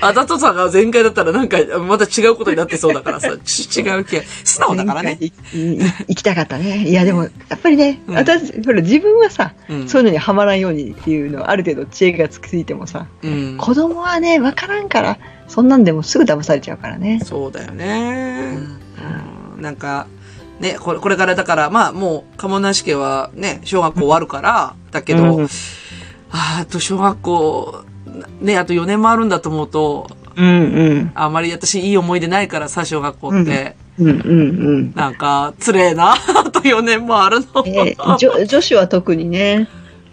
あざとさが全開だったらなんか、また違うことになってそうだからさ、ち違う気が。素直だからね。前回いい行きたかったねいやでもやっぱりね、うん私ほら自分はさ、うんそういうのにはまらんようにっていうのはある程度知恵がついてもさ、うん。子供はね分からんからそんなんでもすぐ騙されちゃうからねそうだよね。うんなんか、ね、これ、これからだから、まあもう、鴨梨家はね、小学校終わるから、だけど、うんあーあと小学校、ね、あと4年もあるんだと思うと、うんうんあまり私いい思い出ないからさ、小学校って。うんうんうんなんか、つれえな、 あと4年もあるの。えー女女子は特にね、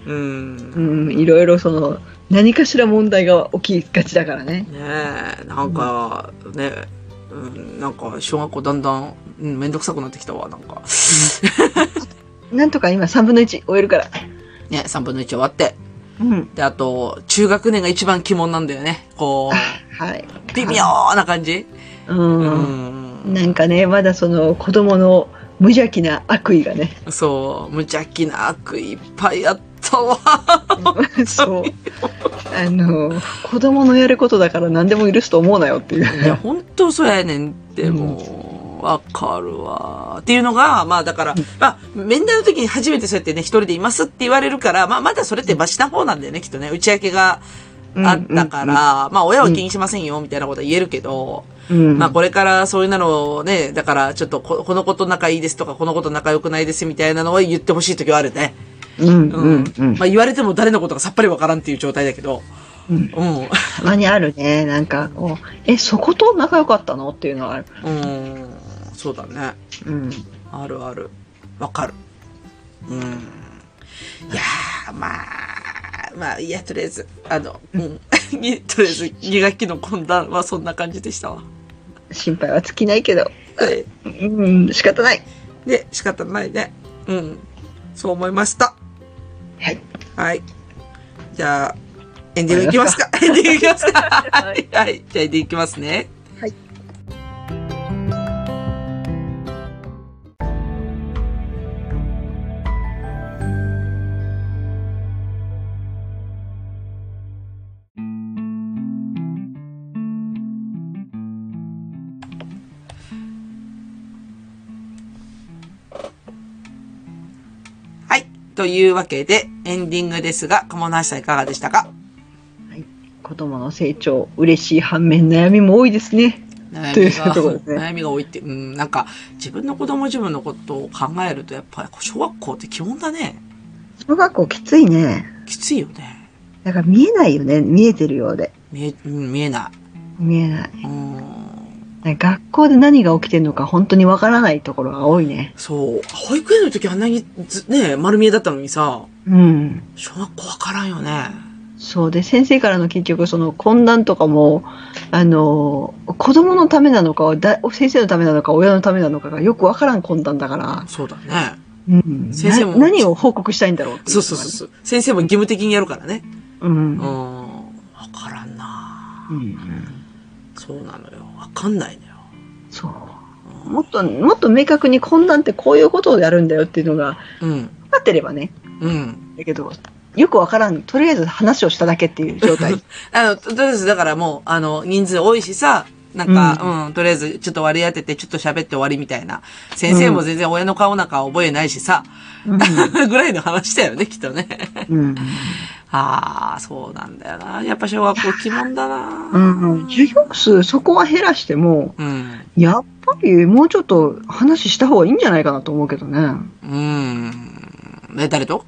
う。うんん、いろいろその何かしら問題が起きがちだからね。ねえ、なんか、ね、うん、なんか、小学校だんだん、うん、めんどくさくなってきたわ、なんか。なんとか今3分の1終えるから。ね、3分の1終わって。うん。で、あと、中学年が一番鬼門なんだよね。こはい。う、微妙な感じ。ううん。ん。なんかね、まだその子供の無邪気な悪意がね、そう、無邪気な悪意いっぱいあったわ。 そう。あの、子供のやることだから何でも許すと思うなよっていう。いや、本当そうやねんって、もう、わかるわ。っていうのが、まあだから、まあ、面談の時に初めてそうやってね、一人でいますって言われるから、まあまだそれってマシな方なんだよね、きっとね。打ち明けがあったから、まあ親は気にしませんよ、みたいなことは言えるけど、うん。まあこれからそういうのをね、だからちょっとここの子と仲いいですとか、この子と仲良くないですみたいなのは言ってほしい時はあるね。うんう。うんんうん。まあ言われても誰のことかさっぱりわからんっていう状態だけど、うんうん。たまにあるね。なんか、こうえ、そこと仲良かったのっていうのはある。うん、そうだね。うん。あるある。わかる。うん。いやー、まあ、まあ、いや、とりあえず、あの、うん。 にとりあえず、2学期の懇談はそんな感じでしたわ。心配は尽きないけど、はい。うん、仕方ない。で、仕方ないね。うん。そう思いました。はい。はい。じゃあ、エンディングいきますか。エンディングいき ますか。はい。はい。じゃあ、エンディングいきますね。はい。はい。というわけで、エンディングですが、鴨梨さんいかがでしたか子供の成長、嬉しい反面悩みも多いですね。悩といみうが、ところですね悩みが多いって、うん、なんか、自分の子供自分のことを考えると、やっぱり小学校って基本だね。小学校きついね。きついよね。だから見えないよね。見えてるようで。見え、うん、見えな見えない。い。うん。なんか学校で何が起きてるのか本当にわからないところが多いね。そう。保育園の時あんなにず、ね、丸見えだったのにさ、うん。小学校わからんよね。そうで、先生からの結局その懇談とかも、あの、子供のためなのか、だ先生のためなのか、親のためなのかがよくわからん懇談だから、そうだね。うん。先生もな何を報告したいんだろうっていそうそうそうそう。先生も義務的にやるからね。う。うんうん。。わからんなうんそうなのよ。わかんないのよ。そう。もっと、もっと明確に懇談ってこういうことをやるんだよっていうのがうん。分かってればね。うん。だけど、よくわからん。とりあえず話をしただけっていう 状態。あの、ととりあえず、だからもう、あの、人数多いしさ、なんか、うん、とりあえず、ちょっと割り当てて、ちょっと喋って終わりみたいな。先生も全然親の顔なんか覚えないしさ、 ぐらいの話だよね、きっとね。うん。ああ、そうなんだよな。やっぱ小学校鬼門だな。うん。授業数、そこは減らしても、うん。やっぱりもうちょっと話した方がいいんじゃないかなと思うけどね。うん。ね、誰と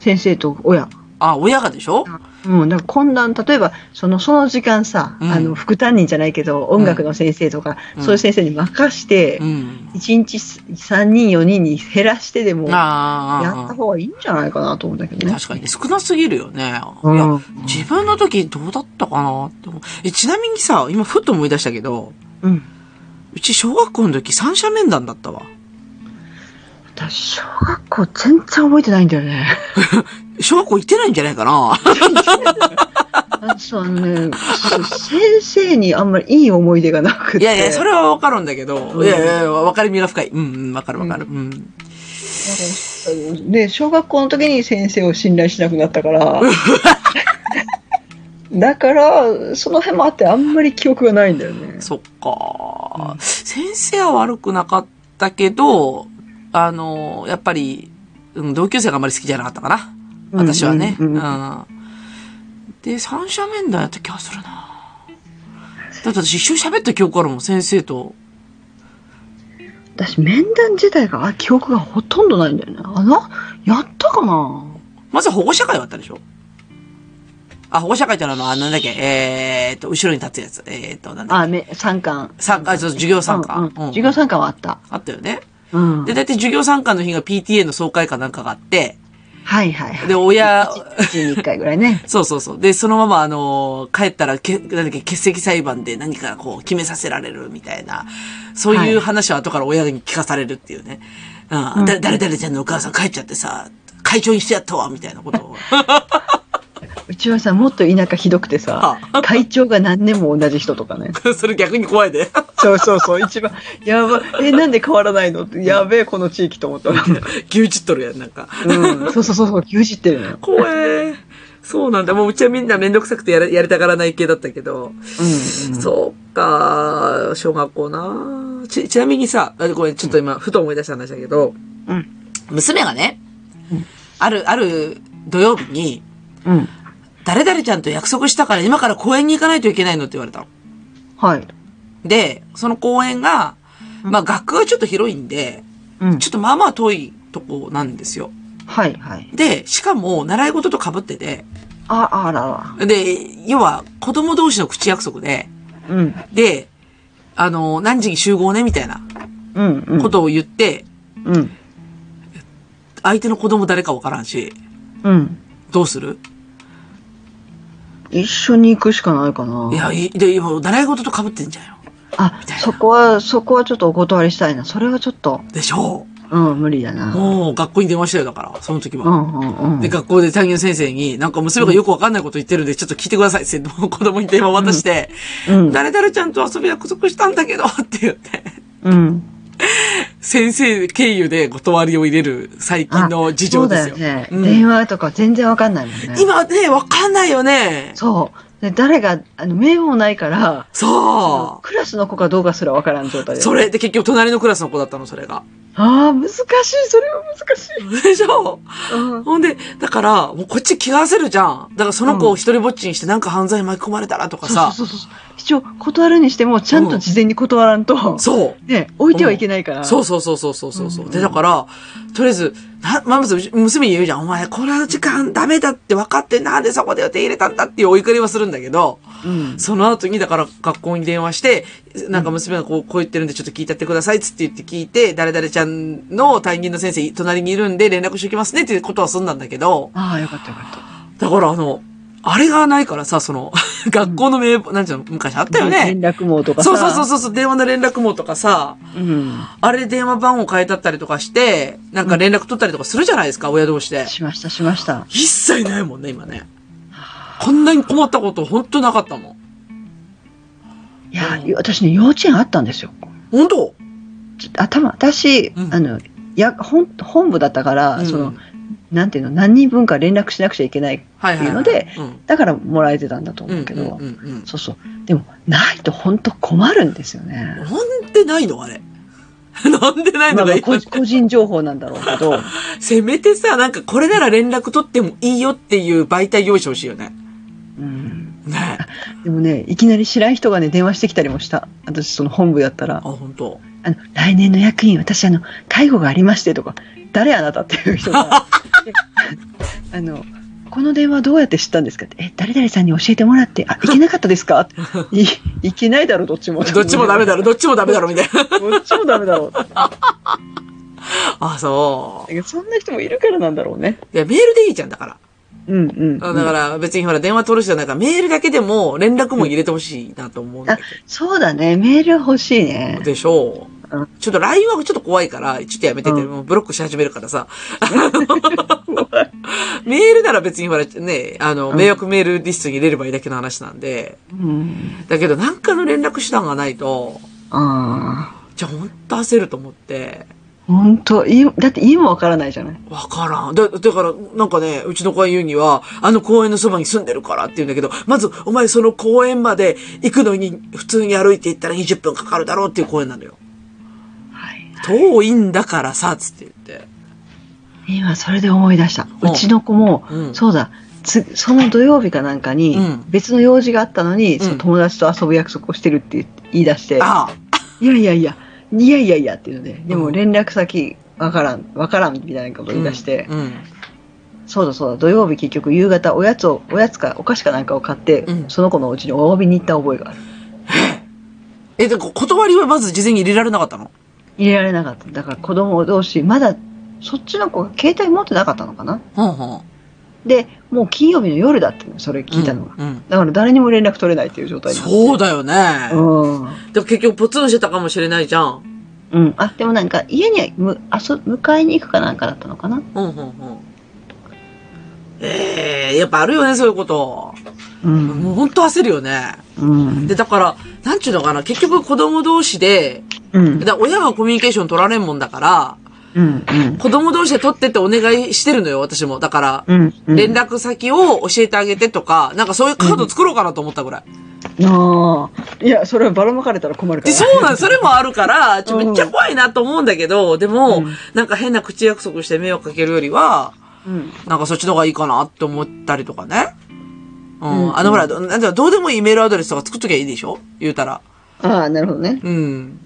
先生と親。あ、親がでしょうん、だから混乱、例えば、その、その時間さ、うんあの、副担任じゃないけど、音楽の先生とか、うんそういう先生に任してう、ん。一日3人、4人に減らしてでも、やっあた方がいいんじゃないかなと思うんだけどあ、ね。確かにね、少なすぎるよね。うんいや、自分の時どうだったかなって思うえ、ちなみにさ、今ふっと思い出したけど、うん。うち小学校の時三者面談だったわ。私、小学校全然覚えてないんだよね。小学校行ってないんじゃないか なあそうね、そう先生にあんまりいい思い出がなくて。いやいや、それはわかるんだけど、うんいやいや、わかりみが深い。うん、うん、わかるわかる。うん。で、小学校の時に先生を信頼しなくなっ たから。だから、その辺もあって、あんまり記憶がないんだよね。そっか、先生は悪くなかったけど、あの、やっぱり、うん、同級生があんまり好きじゃなかったかな。私はね。ううんうんんうんで、三者面談やった気がするな。だって私一緒に喋った記憶あるもん、先生と。私、面談自体が、あ記憶がほとんどないんだよね。あの、やったかなまずは保護者会はあったでしょあ、保護者会ってのはあの、あのなんだっけ、えーっと、後ろに立つやつ。えーっと、なんだっあ、め、参観。け。参加、そう授業参加。うんうんうん授業参観はあった。あったよね。うん。で、だいたい授業参加の日が PTA の総会かなんかがあって、はいはいはい。で、親、 1日に1回ぐらいね。そうそうそう。で、そのまま、あのー帰ったらけ、なんだっけ、欠席裁判で何かこう、決めさせられるみたいな、そうはいいう話を後から親に聞かされるっていうね。ううんん。だ、誰々ちゃんのお母さん帰っちゃってさ、会長にしてやったわ、みたいなこと を。うちはさ、もっと田舎ひどくてさ、会長が何年も同じ人とかね。それ逆に怖いで。 そうそうそう、一番、やば、え、なんで変わらないのって、やべえ、この地域と思ったら。牛耳っとるやん、なんか。うん、そうそうそうそう、牛耳ってるのよ。怖え。そうなんだ。もううちはみんなめんどくさくてやれやりたがらない系だったけど。うん、う。そうか、小学校な。ち、ちなみにさ、あごめん、ちょっと今、ふと思い出した話だけど、うん。娘がね、ある、ある土曜日に、うん。誰々ちゃんと約束したから今から公園に行かないといけないのって言われたの。はい。で、その公園が、まあ学区がちょっと広いんで、うんちょ。っとまあまあ遠いとこなんですよ。はい、はい。で、しかも習い事と被ってて、あ、あらで、要は子供同士の口約束で、ら。うん。で、あの、何時に集合ね、みたいなうん、うん。ことを言って、うん。相手の子供誰かわからんし、うん。どうする。一緒に行くしかないかないや、いで、今、習い事と被ってんじゃんよ。あみたい、なそこは、そこはちょっとお断りしたいな。それはちょっと、でしょうん、無理だな。うもう、学校に電話したよ、だから、その時うは。ん、うん、うんで、。学校で担任の先生に、なんか娘がよくわかんないこと言ってるんで、ちょっと聞いてくださいって、 子供に電話渡して、うん、誰々ちゃんと遊び約束したんだけど、 って言って、うん。先生経由で断りを入れる最近の事そ情うでだすよよ。ね。うん電話とか全然わかんないもんね。今ね、わかんないよね。そう。で誰が、あの、名簿もないから、そクラスの子かどうかすらわからん状態う。で。それで結局隣のクラスの子だったの、それが。ああ、難しい。それは難しい。でしょうんほんで、だから、もうこっち気がせるじゃん。だからその子を一人ぼっちにしてなんか犯罪に巻き込まれたらとかさ。そうそうそうそう。一応、断るにしても、ちゃんと事前に断らんと、そう。ね、置いてはいけないから。そうそうそうそうそうそうそう、うんで、だから、とりあえず、な、まあ、まず、娘に言うじゃん。お前、この時間ダメだって分かってなんでそこで予定入れたんだっていうお怒りはするんだけど、うん。その後に、だから学校に電話して、なんか娘がこう、こう言ってるんでちょっと聞いてやってくださいっつって言って聞いて、誰々ちゃんの担任の先生、隣にいるんで連絡しておきますねっていうことは済んだんだけど、ああ、よかったよかった。だからあの、あれがないからさ、その、学校の名簿、なんていうの、昔あったよ連ね。絡網とかさ。そうそうそうそうそう、電話の連絡網とかさ、うん。あれで電話番号変えたったりとかして、なんか連絡取ったりとかするじゃないですか、親同士で。しました、しました。一切ないもんね、今ね。こんなに困ったこと、本当なかったもん。いや、私ね、幼稚園あったんですよ。本当ちょあ、たま、私、うんあの、や、本、本部だったから、うんその、なんていうの、何人分か連絡しなくちゃいけないはいはい、はい。っていうのでうん、だからもらえてたんだと思うけど、うんうんうんそうそう。でも、ないと本当困るんですよねうん。。なんでないのあれ。 なんでないまのがあまあいい個個人情報なんだろうけ ど、せめてさ、なんかこれなら連絡取ってもいいよっていう媒体用意してほしいよね。うん、 ねえ。でもね、いきなり知らん人がね、電話してきたりもした。私、その本部やったらあ、、本当あの、来年の役員、私、あの、 介護がありましてとか、誰あなたっていう人が、であの、この電話どうやって知ったんですかって、え、誰々さんに教えてもらって、あ、いけなかったですかってい、いけないだろ、どっちも。どっちもダメ だろ、どっちもダメだろ、みたいな。 どっちもダメだろう。だあ、そけどそんな人もいるからなんだろうね。う。いや、メールでいいじゃん、だから。うんうん。あだから別にほら電話取る人じゃないからメールだけでも連絡も入れてほしいなと思うんだけそうだね。メール欲しいねど。。でしょう。うんちょっと LINE はちょっと怖いから、ちょっとやめてて、うんもうブロックし始めるから さ。メールなら別にほらね、あの、うん迷惑メールリストに入れればいいだけの話なんで。うん。だけどなんかの連絡手段がないと、ああ。じゃあほんと焦ると思って。ほんと、いだって家もわからないじゃない。わからん。だ、だから、なんかね、うちの子が言うには、あの公園のそばに住んでるからって言うんだけど、まず、お前その公園まで行くのに、普通に歩いて行ったら20分かかるだろうっていう公園なのよ。はい。遠いんだからさ、つって言って。今それで思い出した。うんうちの子も、うんそうだ、つその土曜日かなんかにうん、別の用事があったのに、んその友達と遊ぶ約束をしてるって言って言い出して、あいやいやいや、いやいやいやっていうので、でうもん連絡先わからん、わからんみたいなことあ。言い出して、うん。そうだそうだ、土曜日結局夕方おやつを、おやつかお菓子かなんかを買って、うんその子のうちにお詫びに行った覚えがある。え、で、こ断りはまず事前に入れられなかったの入れられなかった。だから子供同士、まだそっちの子が携帯持ってなかったのかなほんほん。で、もう金曜日の夜だったの、それ聞いたのが。うん。うんだから誰にも連絡取れないという状態になってそうだよね。うん。でも結局ポツンしてたかもしれないじゃん。うん。あ、でもなんか家にはむあそ迎えに行くかなんかだったのかなうんうんうん。ええやっぱあるよね、そういうこと。うん。もうほんと焦るよね。うん。で、だから、なんちゅうのかな、結局子供同士で、うん。だ親がコミュニケーション取られんもんだから、うん。うん。子供同士で取ってってお願いしてるのよ、私も。だから、うん。うん連絡先を教えてあげてとか、なんかそういうカード作ろうかなと思ったぐらい。ああ。いや、それはばらまかれたら困るかで、ら。そうなん、それもあるから、ちょうんめっちゃ怖いなと思うんだけど、でも、うんなんか変な口約束して迷惑かけるよりは、うん。なんかそっちの方がいいかなって思ったりとかね。う。うんんあのほら、どなんていうのどうでもいいメールアドレスとか作っときゃいいでしょ言うたら。ああ、なるほどね。うん。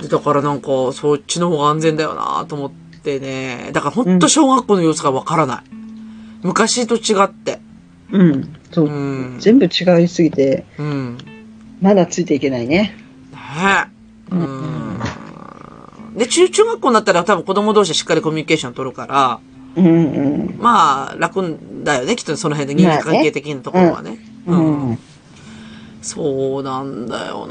でだからなんか、そっちの方が安全だよなと思ってね。だからほんと小学校の様子がわからない。昔と違って。うん。そうう。ん。全部違いすぎて、うん。まだついていけないね。ねえ。うん。で、中、中学校になったら多分子供同士でしっかりコミュニケーション取るから、うんうん。まあ、楽だよね。きっとその辺で人間関係的なところはね。うん。うん。そうなんだよ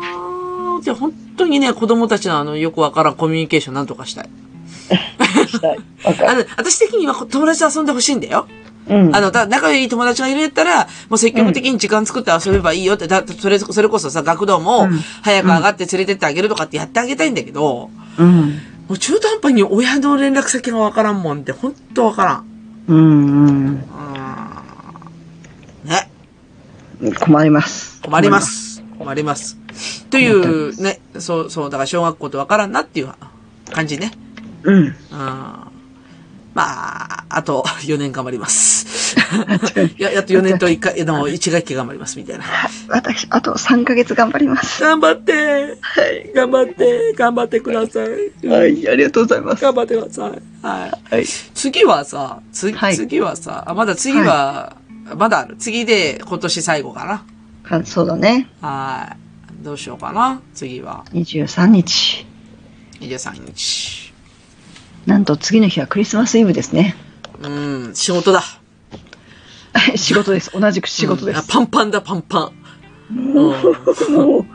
なで、本当にね、子供たちのあの、よくわからんコミュニケーションなんとかしたい。したい。わかある。の、私的には友達と遊んでほしいんだよ。うん。あの、ただ仲良い友達がいるんやったら、もう積極的に時間作って遊べばいいよって、だそれ、それこそさ、学童もうん早く上がって連れてってあげるとかってやってあげたいんだけど、うん。もう中途半端に親の連絡先がわからんもんって、ほんとわからん。うん。うん。うーん。ね。困ります。困りま。す。困ります。という、ね、そう、そう、だから小学校とわからんなっていう感じね。うん。うん。まあ、あと4年頑張ります。 いや、あと4年と1回、でも1学期頑張ります、みたいな。私、あと3ヶ月頑張ります。頑張ってはい。頑張って頑張ってください。はい、ありがとうございます。頑張ってください。はい。はい。次はさ、つはい次はさ、あ、まだ次は、まだある。次で今年最後かな。かそうだね。はい。どうしようかな。次は23日。 23日。なんと次の日はクリスマスイブですね。 うん、仕事だ。仕事です。同じく仕事でうんあす。パンパンだ、パンパン。うんも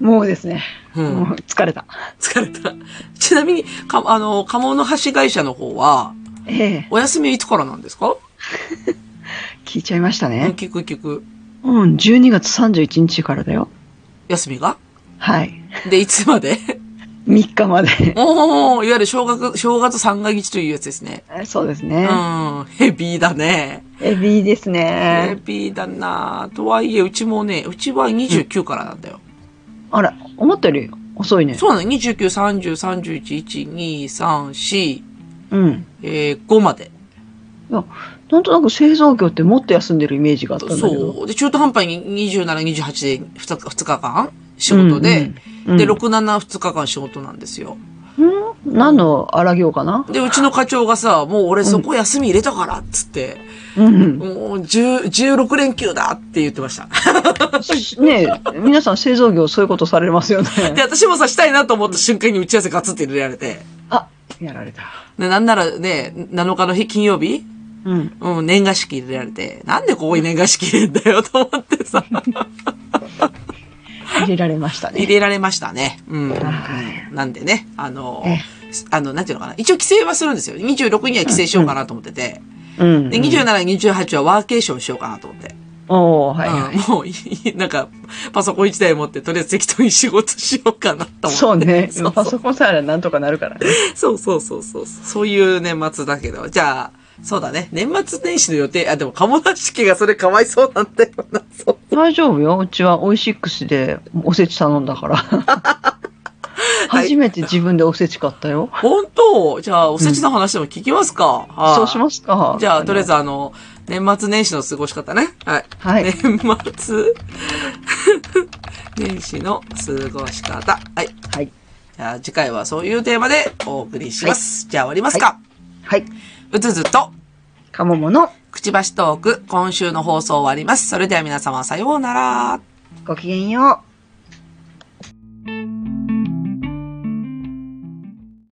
う、もうですね。うんもう疲れた。疲れた。ちなみに、か、あの、鴨の橋会社の方は、ええお休みいつからなんですか聞いちゃいましたうんね。聞く聞く。うん、12月31日からだよ。休みがはい。で、いつまで 3日まで。 おー、いわゆる正月、正月三が日というやつですね。そうですうね。ん、ヘビーだね。エビですヘね。ビーだなとはいえ、うちもね、うちは29からなんだよ。あら、思ったより遅いね。そうなの ?29、30、31、1、2、3、4、うん。えー、5まで。いやなんとなく製造業ってもっと休んでるイメージがあったんだけど。そう。で、中途半端に27、28で 2, 日間仕事で、うんうんで、うん6、7、2日間仕事なんですよ。うん何の荒行かなで、うちの課長がさ、もう俺そこ休み入れたから、っつって、うん。もう10、16連休だって言ってました。ねえ、皆さん製造業そういうことされますよ ね。で、私もさ、したいなと思った瞬間に打ち合わせガツって入れられて。あ、やられた。で、なんならね、7日の日、金曜日うん。うん、年賀式入れられて、なんでここに年賀式入れんだよと思って さ、入れられました入ね。れられましたね。うん。はいなんでね、あのええ、あの、なんていうのかな。一応帰省はするんですよ。26には帰省しようかなと思ってて。うん。で、27、28はワーケーションしようかなと思って。おー、はいはい。うん、 もういい、なんか、パソコン一台持って、とりあえず適当に仕事しようかなと思って。そうねそう。パそソコンさえあればなんとかなるからね。う そうそうそう。そういう年末だけど。じゃあ、そうだね。年末年始の予定、あ、でも、鴨田式がそれかわいそうなんだよな、そう。 大丈夫よ。うちはオイシックスでおせち頼んだから。 初めて自分でおせち買ったよ。 本当じゃあ、おせちの話でも聞きますか、はいそうしますか。じゃあ、とりあえずあの、年末年始の過ごし方ね。はい。はい年末年始の過ごし方。はい。はい。じゃあ、次回はそういうテーマでお送りします。じゃあ、終わりますか、はい。うつずと、かももの、くちばしトーク、今週の放送終わります。それでは皆様、さようなら。ごきげんよう。